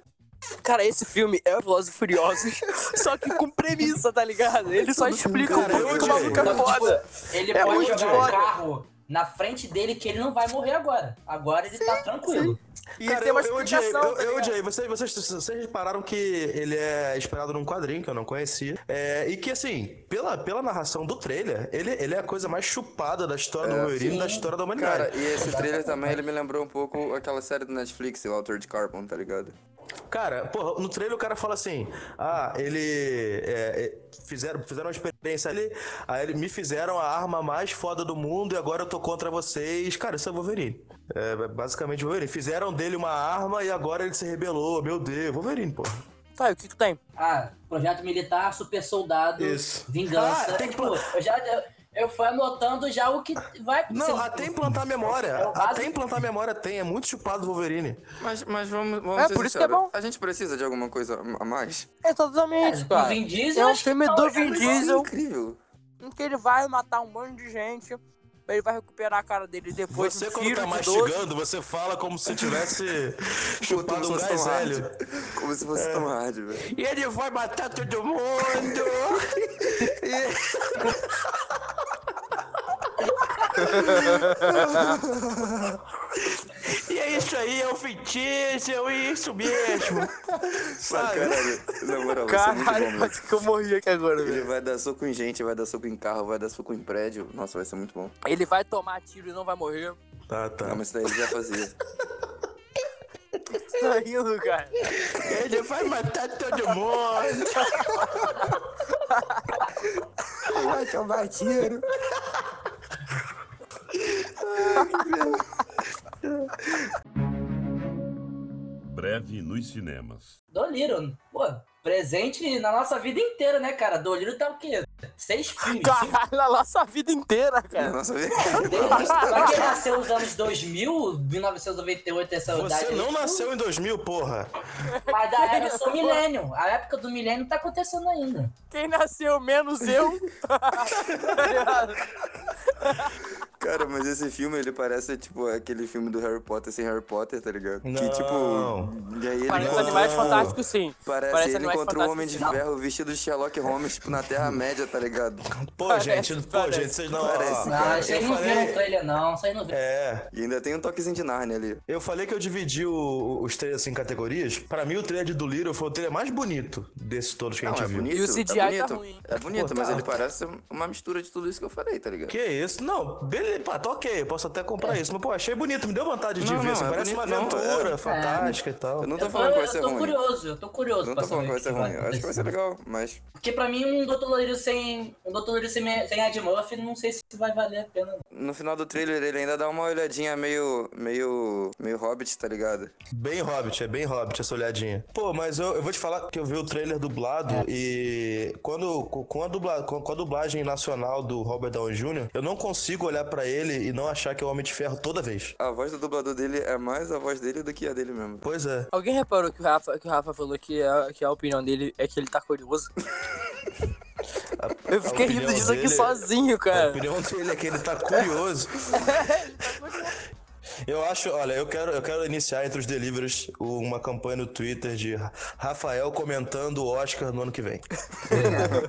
Speaker 4: Cara, esse filme é Velozes e Furiosos, só que com premissa, tá ligado? Ele só explica o
Speaker 1: cara, eu
Speaker 4: mundo de uma
Speaker 1: odiei.
Speaker 4: boca
Speaker 1: Não,
Speaker 4: foda.
Speaker 2: Ele
Speaker 4: É
Speaker 2: pode
Speaker 4: muito
Speaker 2: jogar
Speaker 4: foda.
Speaker 2: um carro na frente dele que ele não vai morrer agora. Agora ele tá tranquilo.
Speaker 4: E
Speaker 1: Cara,
Speaker 4: tem
Speaker 1: eu,
Speaker 4: uma
Speaker 1: eu odiei,
Speaker 4: explicação,
Speaker 1: eu,
Speaker 4: tá
Speaker 1: eu
Speaker 4: ligado?
Speaker 1: odiei. Vocês, vocês, vocês repararam que ele é inspirado num quadrinho que eu não conhecia. É, e que, assim, pela, pela narração do trailer, ele, ele é a coisa mais chupada da história
Speaker 4: É,
Speaker 1: do Wolverine e da história da humanidade.
Speaker 3: Cara, e esse trailer também, ele me lembrou um pouco aquela série do Netflix, o Altered Carbon, tá ligado?
Speaker 1: Cara, porra, no trailer o cara fala assim: Ah, ele. é, é, fizeram, fizeram uma experiência ali, aí ele- me fizeram a arma mais foda do mundo e agora eu tô contra vocês. Cara, isso é Wolverine. É basicamente Wolverine. Fizeram dele uma arma e agora ele se rebelou. Meu Deus, Wolverine, porra.
Speaker 4: Tá, e o que tu tem?
Speaker 2: Ah, projeto militar, super soldado,
Speaker 1: Isso.
Speaker 2: vingança.
Speaker 1: Ah, tem que
Speaker 2: Tipo, eu já eu, eu fui anotando já o que vai
Speaker 1: Não,
Speaker 4: ah,
Speaker 2: ser-
Speaker 1: até implantar a memória.
Speaker 2: É o básico.
Speaker 1: Até implantar a memória tem. É muito chupado o Wolverine.
Speaker 3: Mas, mas vamos, vamos
Speaker 4: É,
Speaker 3: ser
Speaker 4: por isso que é
Speaker 3: sinceros,
Speaker 4: bom.
Speaker 3: A gente precisa de alguma coisa a mais?
Speaker 4: É Exatamente,
Speaker 2: O Vin Diesel,
Speaker 4: É um
Speaker 2: acho que
Speaker 4: filme
Speaker 2: não,
Speaker 4: do
Speaker 2: né,
Speaker 4: Vin
Speaker 2: mas-
Speaker 3: Isso é
Speaker 4: Diesel
Speaker 3: incrível.
Speaker 4: em que ele vai matar um monte de gente, ele vai recuperar a cara dele depois
Speaker 1: Você,
Speaker 4: de um
Speaker 1: quando
Speaker 4: tiro
Speaker 1: tá
Speaker 4: de 12.
Speaker 1: mastigando, você fala como se tivesse
Speaker 3: Como
Speaker 1: chupado
Speaker 3: se
Speaker 1: um
Speaker 3: fosse
Speaker 1: gás
Speaker 3: Tom Hardy.
Speaker 1: hélio.
Speaker 3: Como se fosse Tom Hardy, velho.
Speaker 1: E ele vai matar todo mundo! E... e é isso aí, é um feitiço, é isso mesmo!
Speaker 3: Mas,
Speaker 1: Sabe?
Speaker 3: caralho, na moral, vai ser muito bom,
Speaker 4: Caralho,
Speaker 3: mano.
Speaker 4: quase que eu morri aqui agora,
Speaker 3: Ele
Speaker 4: velho.
Speaker 3: vai dar soco em gente, vai dar soco em carro, vai dar soco em prédio. Nossa, vai ser muito bom.
Speaker 4: Ele vai tomar tiro e não vai morrer.
Speaker 1: Ah,
Speaker 3: Não,
Speaker 1: tá.
Speaker 3: mas isso daí ele já fazia.
Speaker 4: Tá rindo, cara.
Speaker 1: Ele vai matar todo mundo!
Speaker 3: Vai tomar tiro.
Speaker 6: Breve nos cinemas.
Speaker 2: Doliro, pô, presente na nossa vida inteira, né, cara? Doliro tá o quê? Seis filmes.
Speaker 4: Caralho, a nossa vida inteira, cara.
Speaker 3: Nossa,
Speaker 2: Desde- Pra quem nasceu nos anos 2000, 1998, essa
Speaker 1: Você
Speaker 2: idade.
Speaker 1: não
Speaker 2: aí,
Speaker 1: nasceu em 2000, porra!
Speaker 2: Mas da era, eu sou milênio. A época do milênio tá acontecendo ainda.
Speaker 4: Quem nasceu menos eu. Tá ligado?
Speaker 3: cara, mas esse filme, ele parece, tipo, aquele filme do Harry Potter sem Harry Potter, tá ligado? Que,
Speaker 1: Não.
Speaker 3: tipo, e aí ele
Speaker 4: Parece
Speaker 3: encontra-
Speaker 4: animais fantásticos, sim.
Speaker 3: Parece,
Speaker 4: Parece
Speaker 3: ele
Speaker 4: Animais
Speaker 3: encontrou um homem de
Speaker 4: Fantásticos,
Speaker 3: ferro vestido de Sherlock Holmes, tipo, na Terra-média, tá ligado?
Speaker 1: Pô,
Speaker 4: Parece,
Speaker 1: gente, pô,
Speaker 4: parece.
Speaker 1: gente, vocês não. ó,
Speaker 3: Parece.
Speaker 2: Não, vocês
Speaker 1: eu
Speaker 2: não viram
Speaker 1: falei.
Speaker 2: o trailer, não. Vocês não viram.
Speaker 1: É.
Speaker 3: E ainda tem um toquezinho de Narnia ali.
Speaker 1: Eu falei que eu dividi o- os trailers em categorias. Pra mim, o trailer de do Little foi o trailer mais bonito desses todos que a
Speaker 3: Não,
Speaker 1: gente
Speaker 3: é
Speaker 1: viu.
Speaker 3: bonito.
Speaker 4: E o CGI
Speaker 3: é
Speaker 4: tá
Speaker 3: bonito.
Speaker 4: ruim.
Speaker 3: É bonito,
Speaker 1: Pô,
Speaker 3: mas
Speaker 1: tá-
Speaker 3: ele parece uma mistura de tudo isso que eu falei, tá ligado?
Speaker 1: Que isso? Não, beleza, pá, tá ok, eu posso até comprar isso. Mas, pô, achei bonito, me deu vontade de
Speaker 3: É. Não,
Speaker 1: ver.
Speaker 3: não,
Speaker 1: assim,
Speaker 3: é
Speaker 1: parece
Speaker 3: bonito,
Speaker 1: uma
Speaker 3: não,
Speaker 1: aventura
Speaker 3: é.
Speaker 1: fantástica e tal.
Speaker 3: Eu não tô
Speaker 2: Eu tô,
Speaker 3: falando que vai
Speaker 2: eu
Speaker 3: ser
Speaker 2: tô
Speaker 3: ruim.
Speaker 2: curioso, eu tô
Speaker 3: Eu
Speaker 2: curioso
Speaker 3: Não
Speaker 2: pra
Speaker 3: tô falando
Speaker 2: saber
Speaker 3: que
Speaker 2: o
Speaker 3: vai ser
Speaker 2: que vai
Speaker 3: ruim. Eu acho que vai ser
Speaker 2: acontecer.
Speaker 3: legal, mas.
Speaker 2: Porque pra mim, um Doutor Loureiro sem. Um Doutor Loureiro sem, sem Ed Murphy, não sei se vai valer a pena. não.
Speaker 3: No final do trailer ele ainda dá uma olhadinha meio. meio. meio hobbit, tá ligado?
Speaker 1: Bem Hobbit, é bem Hobbit essa olhadinha. Pô, mas eu, eu vou te falar que eu vi o trailer dublado
Speaker 3: É.
Speaker 1: e quando com com a, dubla, com com a dublagem nacional do Robert Downey Jr., eu não consigo olhar pra ele e não achar que é o Homem de Ferro toda vez.
Speaker 3: A voz do dublador dele é mais a voz dele do que a dele mesmo.
Speaker 1: Pois é.
Speaker 4: Alguém reparou que o Rafa, que o Rafa falou que a, que a opinião dele é que ele tá curioso? Eu fiquei rindo
Speaker 1: opinião
Speaker 4: disso aqui
Speaker 1: dele-
Speaker 4: sozinho,
Speaker 1: A
Speaker 4: cara.
Speaker 1: opinião dele é tá que ele tá curioso. Eu acho, olha, eu quero, eu quero iniciar entre os deliveries uma campanha no Twitter de Rafael comentando o Oscar no ano que vem.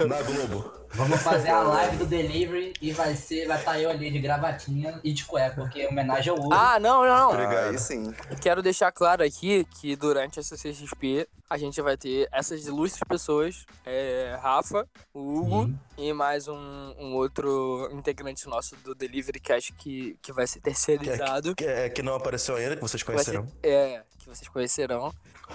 Speaker 1: Na Globo.
Speaker 2: Vamos fazer a live do delivery e vai ser. Vai estar eu ali de gravatinha e de cueca, porque é homenagem ao Hugo.
Speaker 4: Ah, não, não, não.
Speaker 1: Obrigado.
Speaker 3: Aí sim.
Speaker 4: Quero deixar claro aqui que durante a CCXP a gente vai ter essas ilustres pessoas, é, Rafa, o Hugo e mais um, um outro integrante nosso do Delivery que acho que, que vai ser terceirizado.
Speaker 1: Que, é, que não apareceu ainda, que vocês
Speaker 4: Vai ser-
Speaker 1: conheceram.
Speaker 4: é, que vocês conhecerão.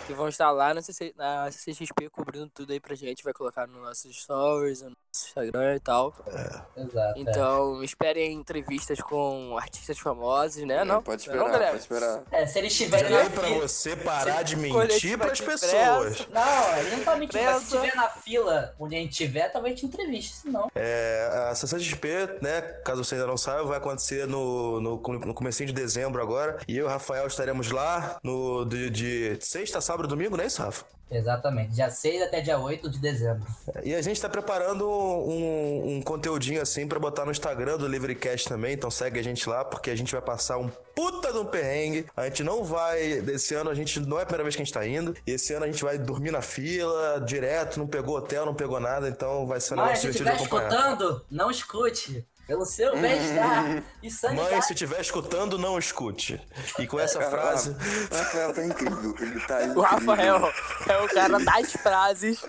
Speaker 4: Que vão estar lá na, CC, na CCXP cobrindo tudo aí pra gente. Vai colocar nos nossos stories, no nosso Instagram e tal.
Speaker 2: Exato. é.
Speaker 4: Então, esperem entrevistas com artistas famosos, né? Não,
Speaker 3: É, Pode
Speaker 4: Não,
Speaker 3: esperar,
Speaker 4: galera?
Speaker 3: pode esperar.
Speaker 2: É, se eles
Speaker 1: Já
Speaker 2: estiverem
Speaker 1: dei pra
Speaker 2: aqui.
Speaker 1: você parar de mentir
Speaker 4: Coletivo
Speaker 1: pras
Speaker 4: aqui,
Speaker 1: pessoas.
Speaker 2: Não, ele não tá mentindo. mas Se
Speaker 4: Pensa.
Speaker 2: estiver na fila onde a gente tiver, talvez te entreviste, se não.
Speaker 1: É, a sessão de XP, né, caso você ainda não saiba, vai acontecer no, no, no comecinho de dezembro agora. E eu e o Rafael estaremos lá no, de, de sexta, sábado e domingo, não é isso, Rafa?
Speaker 2: Exatamente. Dia 6 até dia 8 de dezembro.
Speaker 1: E a gente tá preparando um, um conteúdinho assim pra botar no Instagram do Livrecast também, então segue a gente lá, porque a gente vai passar um puta de um perrengue. A gente não vai. Esse ano a gente não é a primeira vez que a gente tá indo. E esse ano a gente vai dormir na fila, direto, não pegou hotel, não pegou nada, então vai ser um
Speaker 2: Mas
Speaker 1: negócio
Speaker 2: se
Speaker 1: divertido
Speaker 2: estiver
Speaker 1: de acompanhar.
Speaker 2: escutando, não escute. Pelo seu bem-estar e
Speaker 1: Mãe, se
Speaker 2: sanidade.
Speaker 1: estiver escutando, não escute. E com
Speaker 3: É,
Speaker 1: essa frase.
Speaker 3: O Rafael tá incrível. Ele tá incrível.
Speaker 4: O Rafael é o cara das frases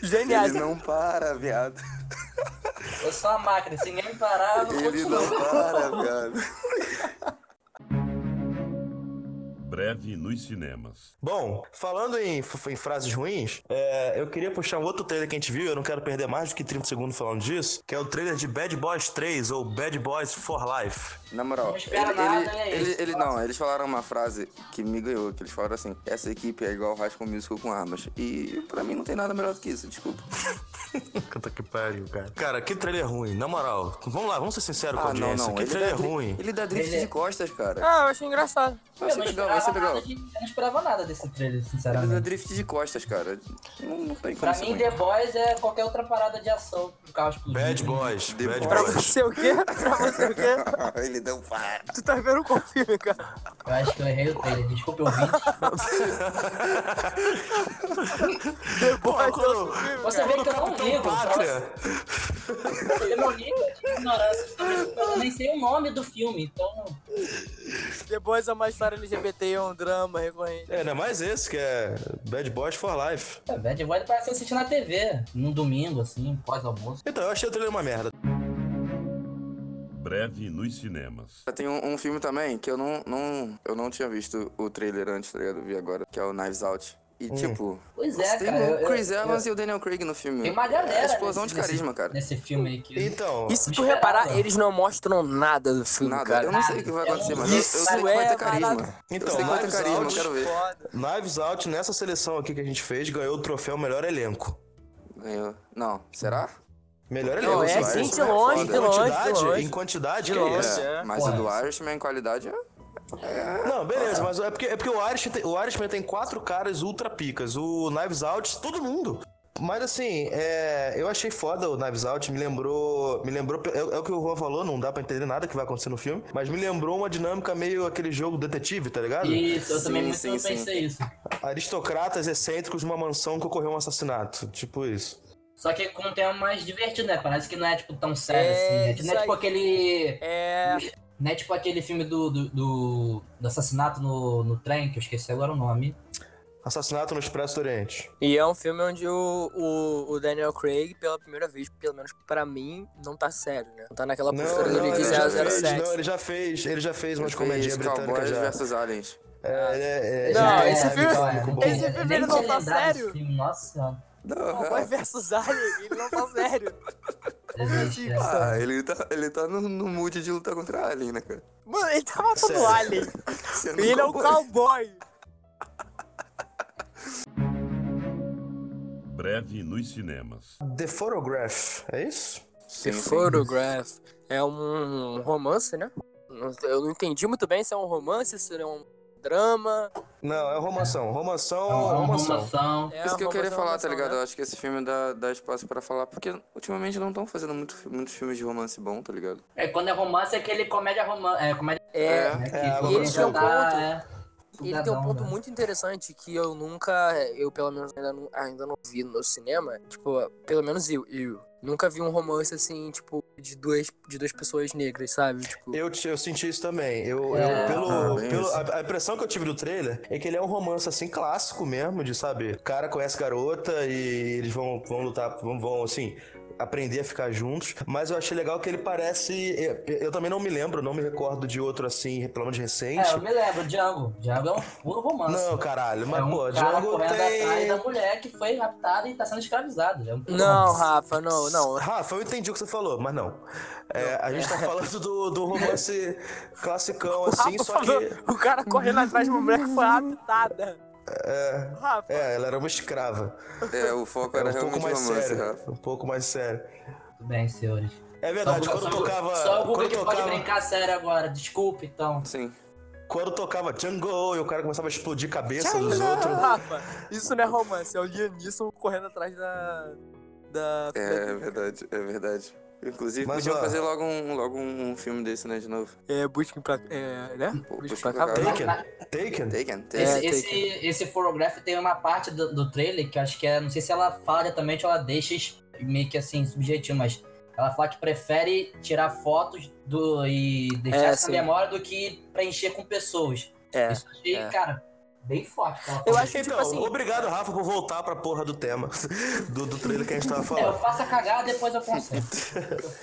Speaker 4: geniais.
Speaker 3: Ele não para, viado.
Speaker 2: Eu sou uma máquina. Se ninguém me parar, eu
Speaker 3: Ele
Speaker 2: continuo.
Speaker 3: não para, viado.
Speaker 6: Breve nos cinemas.
Speaker 1: Bom, falando em, f- em frases ruins, é, eu queria puxar um outro trailer que a gente viu, eu não quero perder mais do que 30 segundos falando disso, que é o trailer de Bad Boys 3 ou Bad Boys for Life.
Speaker 3: Na moral,
Speaker 2: Não espera nada, né?
Speaker 3: ele, ele- não, eles falaram uma frase que me ganhou, que eles falaram assim, essa equipe é igual High School Musical com armas. E pra mim não tem nada melhor do que isso, desculpa.
Speaker 1: Puta que pariu, cara. Cara, que trailer ruim, na moral. Vamos lá, vamos ser sinceros com a
Speaker 3: Ah, não,
Speaker 1: audiência.
Speaker 3: não,
Speaker 1: que
Speaker 3: ele dá,
Speaker 1: trailer
Speaker 3: dri-
Speaker 1: ruim.
Speaker 3: ele dá drift
Speaker 2: Ele- é-
Speaker 3: de costas, cara.
Speaker 4: Ah, eu achei engraçado.
Speaker 3: Vai
Speaker 2: Eu
Speaker 3: ser
Speaker 2: não,
Speaker 3: legal, vai ser
Speaker 2: esperava
Speaker 3: legal.
Speaker 2: nada é de, eu não esperava nada desse trailer,
Speaker 3: Ele dá
Speaker 2: sinceramente.
Speaker 3: drift de costas, cara. Não, não tem como
Speaker 2: Pra
Speaker 3: ser
Speaker 2: mim,
Speaker 3: ruim.
Speaker 2: The Boys é qualquer outra parada de ação. O carro explodindo.
Speaker 1: Bad Boys,
Speaker 3: The
Speaker 1: Bad
Speaker 4: Pra
Speaker 1: Boys.
Speaker 4: você o quê? Pra você o quê?
Speaker 3: ele deu para.
Speaker 4: Tu tá vendo qual filme, cara?
Speaker 2: Eu acho que eu errei o trailer. Desculpa, eu vi.
Speaker 4: The Boys é
Speaker 1: quando-
Speaker 4: outro filme.
Speaker 2: Você vê
Speaker 1: Quando o
Speaker 2: que eu não
Speaker 1: Capitão
Speaker 2: ligo.
Speaker 1: Pátria...
Speaker 2: Eu não ligo de ignorância. Eu nem sei o nome do filme, então...
Speaker 4: The Boys é uma história LGBT, é um drama recorrente.
Speaker 1: É, não é mais esse, que é Bad Boys for Life.
Speaker 2: É, Bad Boys parece assistir na TV. Num domingo, assim, pós-almoço.
Speaker 1: Então, eu achei o trailer uma merda.
Speaker 6: Breve nos cinemas.
Speaker 3: Tem um, um filme também que eu não, não, eu não tinha visto o trailer antes, tá ligado? Vi agora, que é o Knives Out. E tipo,
Speaker 2: Pois
Speaker 3: você
Speaker 2: é,
Speaker 3: tem
Speaker 2: cara. eu-
Speaker 3: o
Speaker 2: eu-
Speaker 3: Chris
Speaker 2: eu-
Speaker 3: Evans e o Daniel Craig no filme.
Speaker 2: Tem uma galera. né,
Speaker 3: É explosão
Speaker 2: nesse-
Speaker 3: de carisma, cara.
Speaker 2: Nesse filme aí que...
Speaker 1: Então...
Speaker 4: E se tu
Speaker 2: Não esperava.
Speaker 4: reparar, eles não mostram nada do filme,
Speaker 3: Nada.
Speaker 4: cara.
Speaker 3: Eu não sei o que vai
Speaker 2: É um-
Speaker 3: acontecer, mas eu, eu
Speaker 4: Isso
Speaker 3: sei que vai
Speaker 4: é
Speaker 3: ter carisma.
Speaker 4: maravilhoso.
Speaker 1: Então,
Speaker 3: eu sei que vai ter
Speaker 1: Knives
Speaker 3: carisma, eu
Speaker 1: Out
Speaker 3: quero ver.
Speaker 4: Foda.
Speaker 1: Knives Out, nessa seleção aqui que a gente fez, ganhou o troféu melhor elenco.
Speaker 3: Ganhou. Não, será?
Speaker 1: Melhor elenco.
Speaker 4: Não, é
Speaker 1: vai.
Speaker 4: sim,
Speaker 3: Isso
Speaker 4: de
Speaker 3: é
Speaker 4: longe,
Speaker 3: foda.
Speaker 4: de longe, de
Speaker 1: quantidade,
Speaker 4: longe.
Speaker 1: em quantidade,
Speaker 4: Que
Speaker 1: não.
Speaker 4: isso, é.
Speaker 3: Mas o do Irishman em qualidade é.
Speaker 1: Não, beleza, mas é porque, é porque o, Irishman tem, o Irishman tem quatro caras ultra picas, o Knives Out, todo mundo. Mas assim, é, eu achei foda o Knives Out, me lembrou. Me lembrou. É, é o que o Juan falou, não dá pra entender nada que vai acontecer no filme, mas me lembrou uma dinâmica meio aquele jogo detetive, tá ligado?
Speaker 2: Isso, eu também
Speaker 3: Sim,
Speaker 2: muito
Speaker 3: sim,
Speaker 2: pensei isso.
Speaker 1: Aristocratas excêntricos numa mansão que ocorreu um assassinato. Tipo isso.
Speaker 2: Só que com um tema mais divertido, né? Parece que não é, tipo, tão sério
Speaker 4: É,
Speaker 2: assim. né? Que
Speaker 4: isso
Speaker 2: Não é tipo
Speaker 4: aí.
Speaker 2: aquele.
Speaker 4: É.
Speaker 2: Não é tipo aquele filme do, do, do- do assassinato no, no trem, que eu esqueci agora o nome.
Speaker 1: Assassinato no Expresso do Oriente.
Speaker 4: E é um filme onde o, o, o Daniel Craig, pela primeira vez, pelo menos pra mim, não tá sério, né? Não tá naquela
Speaker 1: Não,
Speaker 4: postura
Speaker 1: não,
Speaker 4: dele de
Speaker 1: ele já fez,
Speaker 4: 007.
Speaker 1: não, ele já fez, ele já fez umas
Speaker 3: Fez
Speaker 1: comedinhas britânicas
Speaker 3: Cowboys
Speaker 1: já.
Speaker 3: versus Aliens.
Speaker 1: É,
Speaker 2: Ah,
Speaker 1: ele é- é-
Speaker 4: Não,
Speaker 1: ele é
Speaker 4: esse
Speaker 1: um
Speaker 4: filme-
Speaker 1: cômico bom.
Speaker 4: esse filme
Speaker 2: né? nem
Speaker 4: ele
Speaker 2: tinha
Speaker 4: não
Speaker 2: lembrado
Speaker 4: tá
Speaker 2: desse
Speaker 4: sério?
Speaker 2: filme, Nossa senhora.
Speaker 4: Cowboy versus Alien, ele não tá sério. assim,
Speaker 2: Existe, né?
Speaker 3: Ah, ele tá, ele tá no, no mood de lutar contra Alien, né, cara?
Speaker 4: Mano, ele tá matando
Speaker 1: Sério.
Speaker 4: Alien.
Speaker 3: Você não
Speaker 4: E ele é um
Speaker 3: compõe.
Speaker 4: cowboy.
Speaker 6: Breve nos cinemas.
Speaker 1: The Photograph, é isso?
Speaker 3: Sim, sim.
Speaker 4: Photograph é um romance, né? Eu não entendi muito bem se é um romance, se é um drama.
Speaker 1: Não, é romação. Romação,
Speaker 2: É uma
Speaker 1: romação.
Speaker 2: arrumação.
Speaker 4: É
Speaker 3: Isso que eu
Speaker 4: uma
Speaker 3: queria
Speaker 4: coisa
Speaker 3: falar, tá
Speaker 4: romance,
Speaker 3: ligado?
Speaker 4: né?
Speaker 3: Eu acho que esse filme dá, dá espaço pra falar, porque ultimamente não estão fazendo muito, fi- muitos filmes de romance bom, tá ligado?
Speaker 2: É, quando é romance, é aquele comédia romance. É, comédia.
Speaker 4: É,
Speaker 2: né, que
Speaker 1: é,
Speaker 2: quando
Speaker 1: e ele
Speaker 2: você
Speaker 1: tem um
Speaker 2: tá,
Speaker 4: ponto.
Speaker 2: é,
Speaker 4: ele tem um
Speaker 2: fudadão,
Speaker 4: ponto
Speaker 2: né?
Speaker 4: muito interessante que eu nunca, eu pelo menos ainda não, ainda não vi no cinema. Tipo, pelo menos eu, eu nunca vi um romance assim, tipo, de duas, de duas pessoas negras, sabe? Tipo,
Speaker 1: Eu, te- eu senti isso também. Eu,
Speaker 2: É,
Speaker 1: eu- pelo,
Speaker 3: ah, bem
Speaker 1: pelo-
Speaker 3: isso.
Speaker 1: a, a impressão que eu tive do trailer é que ele é um romance assim clássico mesmo, de sabe, o cara conhece garota e eles vão, vão lutar, vão, vão assim aprender a ficar juntos. Mas eu achei legal que ele parece, eu, eu também não me lembro, não me recordo de outro assim, pelo menos recente.
Speaker 2: É, eu me lembro, Django. Django é um puro romance.
Speaker 1: Não, caralho, mas
Speaker 2: é um
Speaker 1: pô,
Speaker 2: cara
Speaker 1: Django
Speaker 2: correndo atrás da
Speaker 1: tem.
Speaker 2: mulher que foi raptada e tá sendo escravizada. É um puro
Speaker 4: não,
Speaker 2: romance.
Speaker 4: Rafa, não, não.
Speaker 1: Rafa, eu entendi o que você falou, mas não. É, a gente tá falando do, do romance classicão, assim,
Speaker 4: Rafa
Speaker 1: só
Speaker 4: falou,
Speaker 1: que.
Speaker 4: o cara correndo atrás de uma mulher que foi raptada.
Speaker 1: É,
Speaker 4: Rafa,
Speaker 1: é, ela era uma escrava.
Speaker 3: É, o foco era
Speaker 1: um pouco
Speaker 3: realmente
Speaker 1: mais
Speaker 3: romance, né?
Speaker 1: sério.
Speaker 3: Rafa.
Speaker 1: Um pouco mais sério.
Speaker 2: Tudo bem, senhores.
Speaker 1: É verdade,
Speaker 2: Só o Guga-
Speaker 1: quando
Speaker 2: só o Guga-
Speaker 1: tocava.
Speaker 2: Só o Google
Speaker 1: quando
Speaker 2: que
Speaker 1: tocava,
Speaker 2: pode brincar sério agora. Desculpa, então.
Speaker 3: Sim.
Speaker 1: quando tocava Django e o cara começava a explodir cabeça dos outros.
Speaker 4: Rafa, isso não é romance, é o Lianisson correndo atrás da. da.
Speaker 3: É verdade, é verdade. Inclusive,
Speaker 1: Mas,
Speaker 3: podia
Speaker 1: ó.
Speaker 3: fazer logo um, logo um um filme desse, né, de novo.
Speaker 4: É, busca pra. É, né?
Speaker 3: Pô,
Speaker 4: Busca
Speaker 3: Busca
Speaker 4: pra
Speaker 3: Implacável.
Speaker 4: acabar.
Speaker 1: Taken. Taken?
Speaker 3: Taken,
Speaker 4: É,
Speaker 2: Esse,
Speaker 3: Taken.
Speaker 2: esse, esse photograph tem uma parte do, do trailer que eu acho que é. Não sei se ela fala diretamente ou ela deixa es- meio que assim, subjetivo, mas ela fala que prefere tirar fotos do, e deixar
Speaker 4: É,
Speaker 2: essa
Speaker 4: sim.
Speaker 2: memória do que preencher com pessoas.
Speaker 4: É.
Speaker 2: Isso eu achei,
Speaker 4: é.
Speaker 2: cara, bem forte. que ela
Speaker 4: Eu
Speaker 2: falou.
Speaker 4: acho que, tipo
Speaker 1: Então,
Speaker 4: assim.
Speaker 1: obrigado, Rafa, por voltar pra porra do tema do, do trailer que a gente tava
Speaker 2: É, eu
Speaker 1: falando.
Speaker 2: faço a cagada depois eu conserto.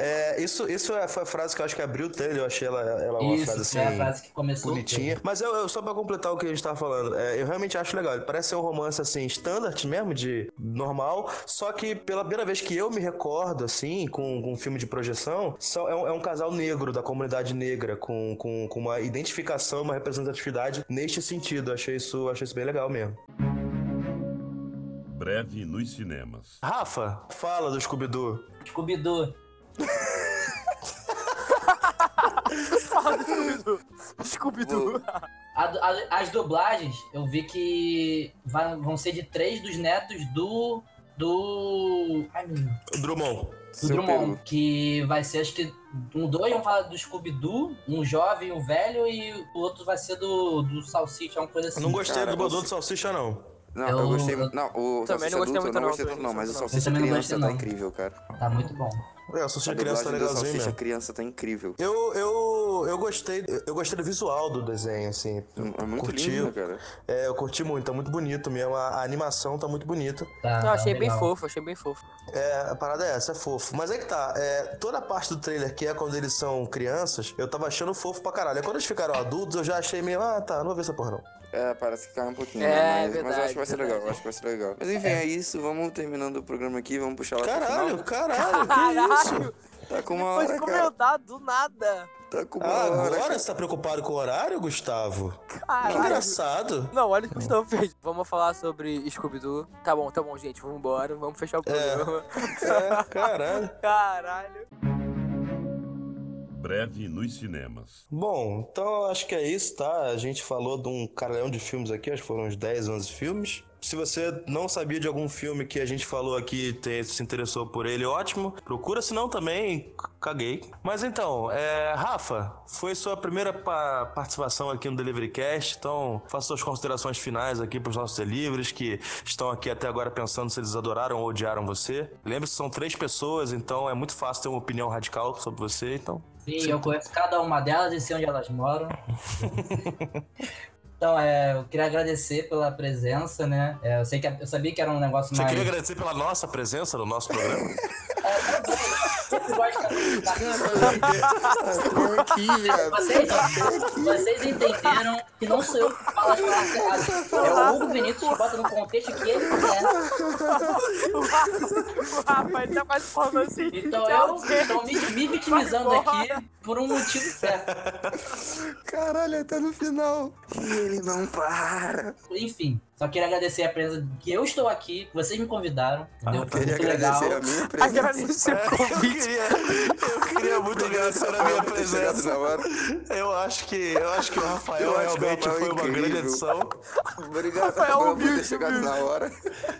Speaker 1: É, isso isso é- foi a frase que eu acho que abriu o trailer, eu achei ela, ela uma
Speaker 2: Isso,
Speaker 1: frase
Speaker 4: é
Speaker 1: assim.
Speaker 2: foi a frase que começou. o
Speaker 1: Bonitinha. Mas eu, eu- só pra completar o que a gente tava falando, é, eu realmente acho legal. Ele parece ser um romance, assim, standard mesmo, de normal. Só que pela primeira vez que eu me recordo, assim, com, com um filme de projeção, são- é, um, é um casal negro, da comunidade negra, com, com, com uma identificação, uma representatividade neste sentido. Achei isso, achei isso bem legal mesmo.
Speaker 6: Breve nos cinemas.
Speaker 1: Rafa, fala do Scooby-Doo.
Speaker 2: trailer. Scooby-Doo.
Speaker 4: Fala do Scooby-Doo. Scooby-Doo.
Speaker 2: A du- a- as dublagens, eu vi que vai- vão ser de três dos netos do. Do. Ai, meu Deus.
Speaker 1: Drummond.
Speaker 2: do
Speaker 3: Seu
Speaker 2: Drummond.
Speaker 3: peru.
Speaker 2: Que vai ser, acho que. Um, dois vão falar do Scooby-Doo, um jovem, um velho, e o outro vai ser do, do Salsicha, uma coisa assim.
Speaker 1: Não gostei
Speaker 3: cara,
Speaker 1: do Bodô
Speaker 3: você-
Speaker 1: do Salsicha, não.
Speaker 3: Não,
Speaker 2: Eu-
Speaker 3: eu gostei
Speaker 2: eu-
Speaker 3: muito. Não, o
Speaker 4: Também
Speaker 3: Salsicha é
Speaker 4: não gostei
Speaker 3: adulto eu
Speaker 4: muito
Speaker 3: não
Speaker 4: não,
Speaker 3: gostei
Speaker 4: também
Speaker 3: tanto não,
Speaker 4: não
Speaker 3: mas o
Speaker 4: gostei
Speaker 3: Salsicha
Speaker 2: também não
Speaker 3: criança
Speaker 2: gostei
Speaker 3: tá
Speaker 2: não.
Speaker 3: incrível, cara.
Speaker 2: Tá muito bom.
Speaker 1: É, o
Speaker 3: A
Speaker 1: Salsicha Criança tá
Speaker 3: dublagem do
Speaker 1: legalzinho
Speaker 3: Salsicha
Speaker 1: mesmo.
Speaker 3: criança tá incrível.
Speaker 1: Eu, eu, eu gostei, eu gostei do visual do desenho, assim.
Speaker 3: É muito
Speaker 1: Curti.
Speaker 3: lindo, cara.
Speaker 1: É, eu curti muito, tá muito bonito mesmo. A, a animação tá muito bonita.
Speaker 2: Tá,
Speaker 4: Não, achei bem
Speaker 2: legal.
Speaker 4: fofo, achei bem fofo.
Speaker 1: É, a parada é essa, é fofo. Mas é que tá, é, toda a parte do trailer que é quando eles são crianças, eu tava achando fofo pra caralho. Aí Quando eles ficaram adultos, eu já achei meio, ah tá, não vou ver essa porra não.
Speaker 3: É, parece que cai um pouquinho,
Speaker 4: É,
Speaker 3: né? Mas,
Speaker 4: verdade,
Speaker 3: mas eu acho que vai ser
Speaker 4: verdade.
Speaker 3: legal, eu acho que vai ser legal. Mas enfim, é, isso, vamos terminando o programa aqui, vamos puxar lá
Speaker 1: Caralho,
Speaker 3: pro
Speaker 1: caralho, que isso?
Speaker 4: Caralho!
Speaker 3: final. Tá com uma
Speaker 4: Depois de
Speaker 3: hora, cara.
Speaker 4: comentar do nada.
Speaker 3: Tá com uma
Speaker 1: Ah,
Speaker 3: hora.
Speaker 1: agora você tá preocupado com o horário, Gustavo? Que
Speaker 4: Caralho.
Speaker 1: engraçado.
Speaker 4: Não, olha o que o Gustavo fez. Vamos falar sobre Scooby-Doo. Tá bom, tá bom, gente. Vamos embora. Vamos fechar o programa.
Speaker 1: É, caralho.
Speaker 4: Caralho.
Speaker 6: breve nos cinemas.
Speaker 1: Bom, então acho que é isso, tá? A gente falou de um caralhão de filmes aqui, acho que foram uns 10, 11 filmes. Se você não sabia de algum filme que a gente falou aqui e te- se interessou por ele, ótimo. Procura, se não também, c- caguei. Mas então, é, Rafa, foi sua primeira pa- participação aqui no Deliverycast, então faça suas considerações finais aqui para os nossos deliveries que estão aqui até agora pensando se eles adoraram ou odiaram você. Lembre-se, são três pessoas, então é muito fácil ter uma opinião radical sobre você, então...
Speaker 2: Sim, eu conheço cada uma delas e sei onde elas moram. então, é, eu queria agradecer pela presença, né? É, eu, sei que, eu sabia que era um negócio
Speaker 1: Você
Speaker 2: mais.
Speaker 1: queria agradecer pela nossa presença no nosso programa?
Speaker 2: Vocês gostam-
Speaker 3: Tô tá aqui, viado.
Speaker 2: Vocês, vocês entenderam que não sou eu que falo as palavras erradas. É o Hugo Vinícius que bota no contexto que ele quiser.
Speaker 4: O Rafa- o Rafa, ele tá quase falando assim.
Speaker 2: Então
Speaker 4: tchau,
Speaker 2: eu
Speaker 4: gente.
Speaker 2: estou me, me vitimizando
Speaker 4: Vai
Speaker 2: aqui por um motivo certo.
Speaker 3: Caralho, até no final. E ele não para.
Speaker 2: Enfim, só queria agradecer a presença que eu estou aqui, que vocês me convidaram. Entendeu? Foi
Speaker 3: Ah, Queria
Speaker 2: muito
Speaker 3: agradecer
Speaker 2: legal.
Speaker 3: a minha presença.
Speaker 4: Agradecer o
Speaker 1: eu,
Speaker 4: convite.
Speaker 1: queria, eu queria muito agradecer a minha
Speaker 3: Obrigado por ter chegado
Speaker 1: presença.
Speaker 3: na hora.
Speaker 1: Eu acho que, eu acho que o Rafael
Speaker 3: Eu acho que o
Speaker 1: realmente
Speaker 3: Rafael é
Speaker 1: foi uma
Speaker 3: incrível.
Speaker 1: grande adição.
Speaker 3: Obrigado
Speaker 4: Rafael,
Speaker 3: Rafael, por
Speaker 4: humilde,
Speaker 3: ter chegado na hora.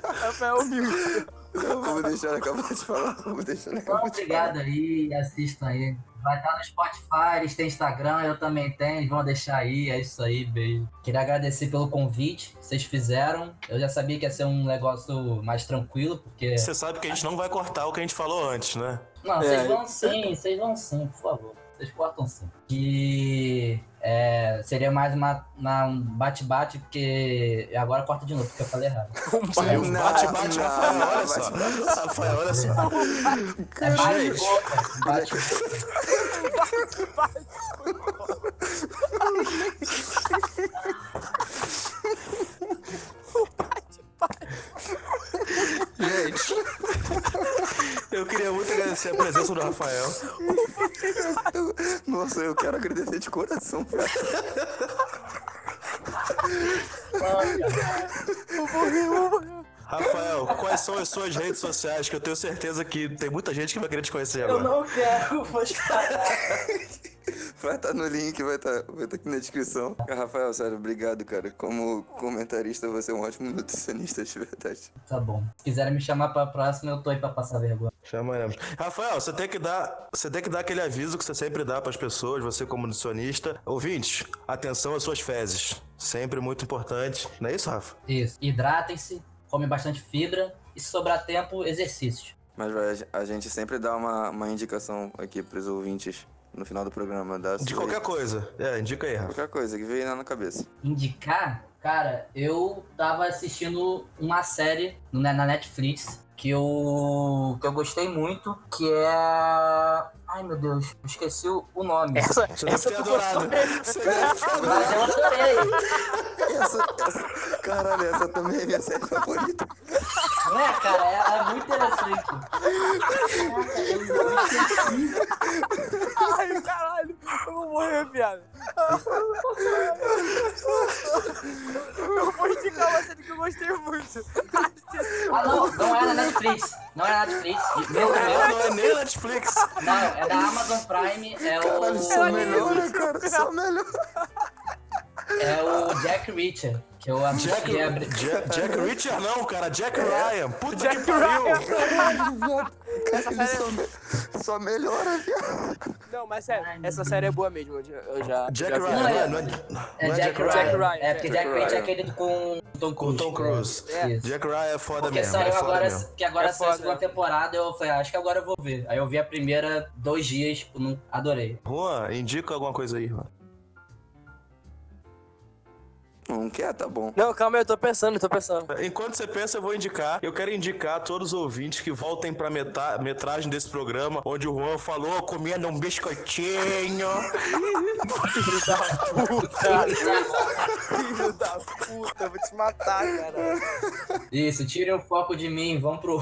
Speaker 4: Rafael humilde.
Speaker 3: Não, vamos deixar ele acabar de falar. Vamos deixar ele
Speaker 2: Então,
Speaker 3: acabar de falar.
Speaker 2: obrigado aí, assistam aí. Vai estar no Spotify, eles têm Instagram, eu também tenho, eles vão deixar aí, é isso aí, beijo. Queria agradecer pelo convite que vocês fizeram. Eu já sabia que ia ser um negócio mais tranquilo, porque.
Speaker 1: Você sabe que a gente não vai cortar o que a gente falou antes, né?
Speaker 2: Não, vocês
Speaker 3: É.
Speaker 2: vão sim, vocês vão sim, por favor. Vocês cortam sim. Que é, seria mais uma, uma- um bate-bate, porque. Agora corta de novo, porque eu falei errado.
Speaker 1: Saiu um
Speaker 3: Não,
Speaker 1: bate-bate,
Speaker 3: não,
Speaker 1: Rafael, olha
Speaker 3: bate-
Speaker 1: só. Rafael, olha só.
Speaker 2: É bate-boca. Bate
Speaker 3: Gente,
Speaker 1: Eu queria muito agradecer a presença do Rafael.
Speaker 3: eu- nossa, eu quero agradecer de coração. cara.
Speaker 1: Rafael, quais são as suas redes sociais? Que eu tenho certeza que tem muita gente que vai querer te conhecer
Speaker 2: eu
Speaker 1: agora.
Speaker 2: não quero, vou
Speaker 3: Vai estar no link, vai estar vai tá aqui na descrição. Rafael, sério, obrigado, cara. Como comentarista, você é um ótimo nutricionista, de verdade.
Speaker 2: Tá bom. Se quiserem me chamar pra próxima, eu tô aí pra passar vergonha.
Speaker 1: Chamaremos. né? Rafael, você tem que dar, você tem que dar aquele aviso que você sempre dá pras pessoas, você como nutricionista. Ouvintes, atenção às suas fezes. Sempre muito importante. Não é isso, Rafa?
Speaker 2: Isso. Hidratem-se, comem bastante fibra e, se sobrar tempo, exercícios.
Speaker 3: Mas vai, a gente sempre dá uma, uma indicação aqui pros ouvintes no final do programa. Dá
Speaker 1: De qualquer coisa. É, indica aí, Rafa.
Speaker 3: qualquer coisa que veio na cabeça.
Speaker 2: Indicar? Cara, eu tava assistindo uma série no- na Netflix que eu, que eu gostei muito, que é. Ai meu Deus, esqueci o o nome.
Speaker 4: Essa,
Speaker 1: Você deve
Speaker 4: essa
Speaker 1: ter
Speaker 4: tu
Speaker 1: adorado.
Speaker 4: gostou mesmo.
Speaker 3: Você deve ter adorado.
Speaker 2: Mas eu adorei.
Speaker 3: Essa, essa, caralho, essa também é minha série favorita.
Speaker 2: Não é, cara? Ela é muito interessante. Caraca, eu esqueci.
Speaker 4: Ai, caralho. Eu vou morrer, viado. Eu vou indicar uma série que eu gostei muito.
Speaker 2: Ah, não, não é na Netflix. Não é na Netflix. Meu, meu,
Speaker 1: Ela não é nem Netflix.
Speaker 2: Não, é da Amazon Prime, é
Speaker 3: Caralho, isso
Speaker 2: o,
Speaker 3: é o melhor, né, cara? Isso é o melhor.
Speaker 2: é o Jack Reacher, que eu assisti.
Speaker 1: Jack,
Speaker 2: é br-
Speaker 1: Jack, Jack Richard não, cara.
Speaker 2: É.
Speaker 1: Jack Ryan. Puta
Speaker 4: Jack
Speaker 1: que pariu.
Speaker 4: Ryan.
Speaker 3: Caralho,
Speaker 4: série- é
Speaker 3: só, me- só melhora, viado.
Speaker 4: Não, mas sério, essa série é boa mesmo. Eu já- eu já.
Speaker 1: Jack
Speaker 4: já vi.
Speaker 1: Ryan.
Speaker 2: Não, é-
Speaker 1: não é,
Speaker 2: É
Speaker 1: não é
Speaker 2: Jack, Ryan.
Speaker 4: Jack Ryan,
Speaker 2: É, porque
Speaker 3: Jack
Speaker 2: Jack Reacher é
Speaker 3: Ryan.
Speaker 2: aquele com o Tom
Speaker 1: Com
Speaker 2: Cruise.
Speaker 1: Tom Cruise.
Speaker 4: É.
Speaker 2: Isso.
Speaker 1: Jack Ryan é foda
Speaker 2: Porque
Speaker 1: mesmo.
Speaker 2: saiu
Speaker 1: é foda
Speaker 2: agora,
Speaker 1: mesmo.
Speaker 2: que agora
Speaker 4: É
Speaker 2: saiu a
Speaker 4: foda.
Speaker 2: segunda temporada, eu falei, ah, acho que agora eu vou ver. Aí eu vi a primeira dois dias, tipo, não, adorei.
Speaker 1: Juan, indica alguma coisa aí, Juan.
Speaker 3: Não quer? Tá bom.
Speaker 4: Não, calma aí, eu tô pensando, eu tô pensando.
Speaker 1: Enquanto você pensa, eu vou indicar. Eu quero indicar a todos os ouvintes que voltem pra meta- metragem desse programa, onde o Juan falou comendo um biscoitinho.
Speaker 4: Filho da puta, eu vou te matar, cara.
Speaker 2: Isso, tirem o foco de mim, vão pro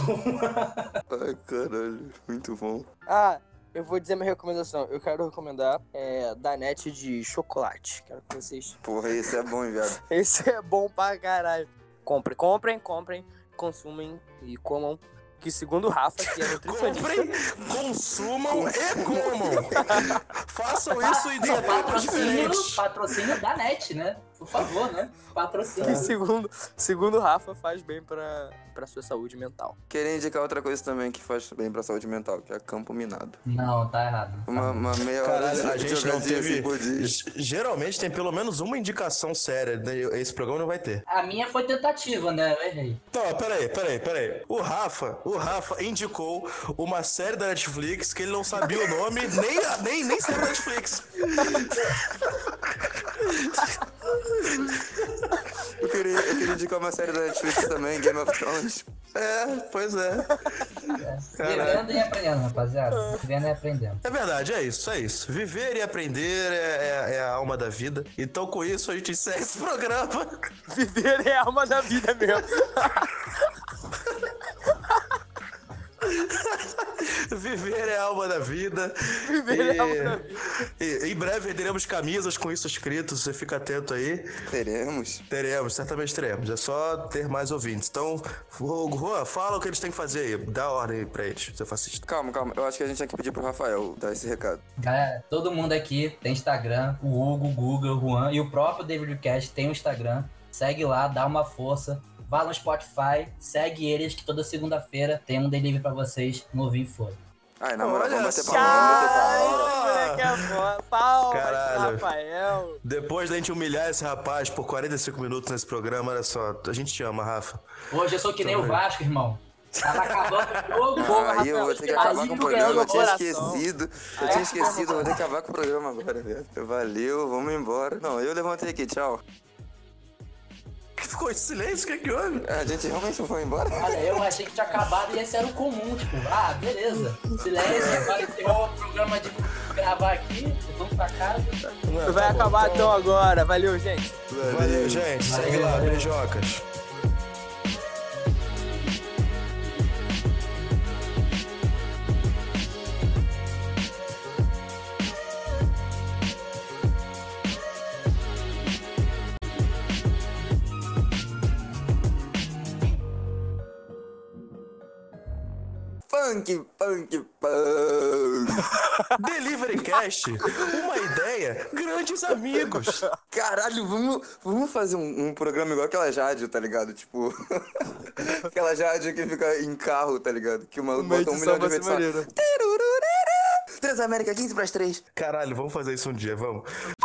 Speaker 3: Ai, caralho. Muito bom.
Speaker 4: Ah, eu vou dizer minha recomendação. Eu quero recomendar é, Danete de chocolate. Quero que vocês.
Speaker 3: Porra, esse é bom, hein, viado.
Speaker 4: Esse é bom pra caralho. Comprem, comprem, comprem, consumem e comam. que segundo o Rafa, que é nutricionista,
Speaker 1: Comprem, consumam e comam. Façam isso e deem para
Speaker 2: Patrocínio,
Speaker 1: diferente.
Speaker 2: patrocínio da NET, né? Por favor, né? Patrocínio.
Speaker 4: que segundo, segundo o Rafa faz bem pra, pra sua saúde mental.
Speaker 3: Queria indicar outra coisa também que faz bem pra saúde mental, que é campo minado.
Speaker 2: Não, tá errado.
Speaker 3: Uma, uma meia hora
Speaker 1: Caralho, a
Speaker 3: de
Speaker 1: gente não
Speaker 3: jogadinha assim
Speaker 1: teve.
Speaker 3: por dia.
Speaker 1: G- Geralmente tem pelo menos uma indicação séria. né? Esse programa não vai ter.
Speaker 2: A minha foi tentativa, né? Eu errei.
Speaker 1: Não, peraí, peraí, peraí. O Rafa, o Rafa indicou uma série da Netflix que ele não sabia o nome, nem, nem, nem série da Netflix.
Speaker 3: Eu queria, eu queria indicar uma série da Netflix também, Game of Thrones.
Speaker 1: É, pois é. Caralho.
Speaker 2: Vivendo e aprendendo,
Speaker 3: Ah.
Speaker 2: rapaziada. Vivendo e aprendendo.
Speaker 1: É verdade, é isso, é isso. Viver e aprender é, é- é a alma da vida. Então, com isso, a gente encerra esse programa.
Speaker 4: Viver é a alma da vida mesmo.
Speaker 1: Viver é a alma da vida.
Speaker 4: Viver é a alma da
Speaker 1: vida. em breve teremos camisas com isso escrito, você fica atento aí.
Speaker 3: Teremos.
Speaker 1: Teremos, certamente teremos. É só ter mais ouvintes. Então, ô, Juan, fala o que eles têm que fazer aí. Dá ordem aí pra eles, seu fascista.
Speaker 3: Calma, calma. Eu acho que a gente tinha que pedir pro Rafael dar esse recado.
Speaker 2: Galera, todo mundo aqui tem Instagram. O Hugo, o Guga, o Juan e o próprio David Cash tem o Instagram. Segue lá, dá uma força. Vá no Spotify, segue eles que toda segunda-feira tem um delivery pra vocês no Vinho Flor.
Speaker 3: Ai, na moral,
Speaker 1: Olha
Speaker 3: vamos bater
Speaker 1: só.
Speaker 3: palma, vamos bater
Speaker 1: Ah!
Speaker 3: palma.
Speaker 4: Ai, que moleque é foda. Palmas,
Speaker 1: Caralho.
Speaker 4: Rafael.
Speaker 1: Depois da gente humilhar esse rapaz por 45 minutos nesse programa, olha só, a gente te ama, Rafa.
Speaker 2: Hoje eu sou que nem o Vasco, irmão. Tava acabando o jogo.
Speaker 3: Aí eu vou ter que acabar
Speaker 4: Aí
Speaker 3: com o
Speaker 4: tu ganhou
Speaker 3: programa, eu
Speaker 4: no
Speaker 3: tinha
Speaker 4: coração.
Speaker 3: esquecido. Eu
Speaker 4: Aí
Speaker 3: tinha
Speaker 4: tu ganhou no
Speaker 3: esquecido, eu vou ter que acabar com o programa agora, velho. Valeu, vamos embora. Não, eu levantei aqui, tchau.
Speaker 1: Ficou em silêncio, o que é que houve?
Speaker 3: A gente realmente foi embora?
Speaker 2: Olha, eu achei que tinha acabado e esse era o comum, tipo, ah, beleza. Silêncio, agora encerrou o programa de gravar aqui, vamos pra casa.
Speaker 1: Não,
Speaker 4: Vai
Speaker 1: tá bom.
Speaker 4: acabar então agora. Valeu, gente.
Speaker 1: Valeu, gente. Segue lá, beijocas.
Speaker 3: Funk, funk, funk.
Speaker 1: Delivery Cast, uma ideia, grandes amigos.
Speaker 3: Caralho, vamos, vamos fazer um, um programa igual aquela Jade, tá ligado? Tipo. aquela Jade que fica em carro, tá ligado? Que o maluco
Speaker 4: Uma
Speaker 3: bota um
Speaker 4: edição
Speaker 3: milhão de
Speaker 4: vai ser
Speaker 3: vezes. só.
Speaker 4: maneira.
Speaker 3: Terurururu. Transamérica 15 pras 3.
Speaker 1: Caralho, vamos fazer isso um dia, vamos.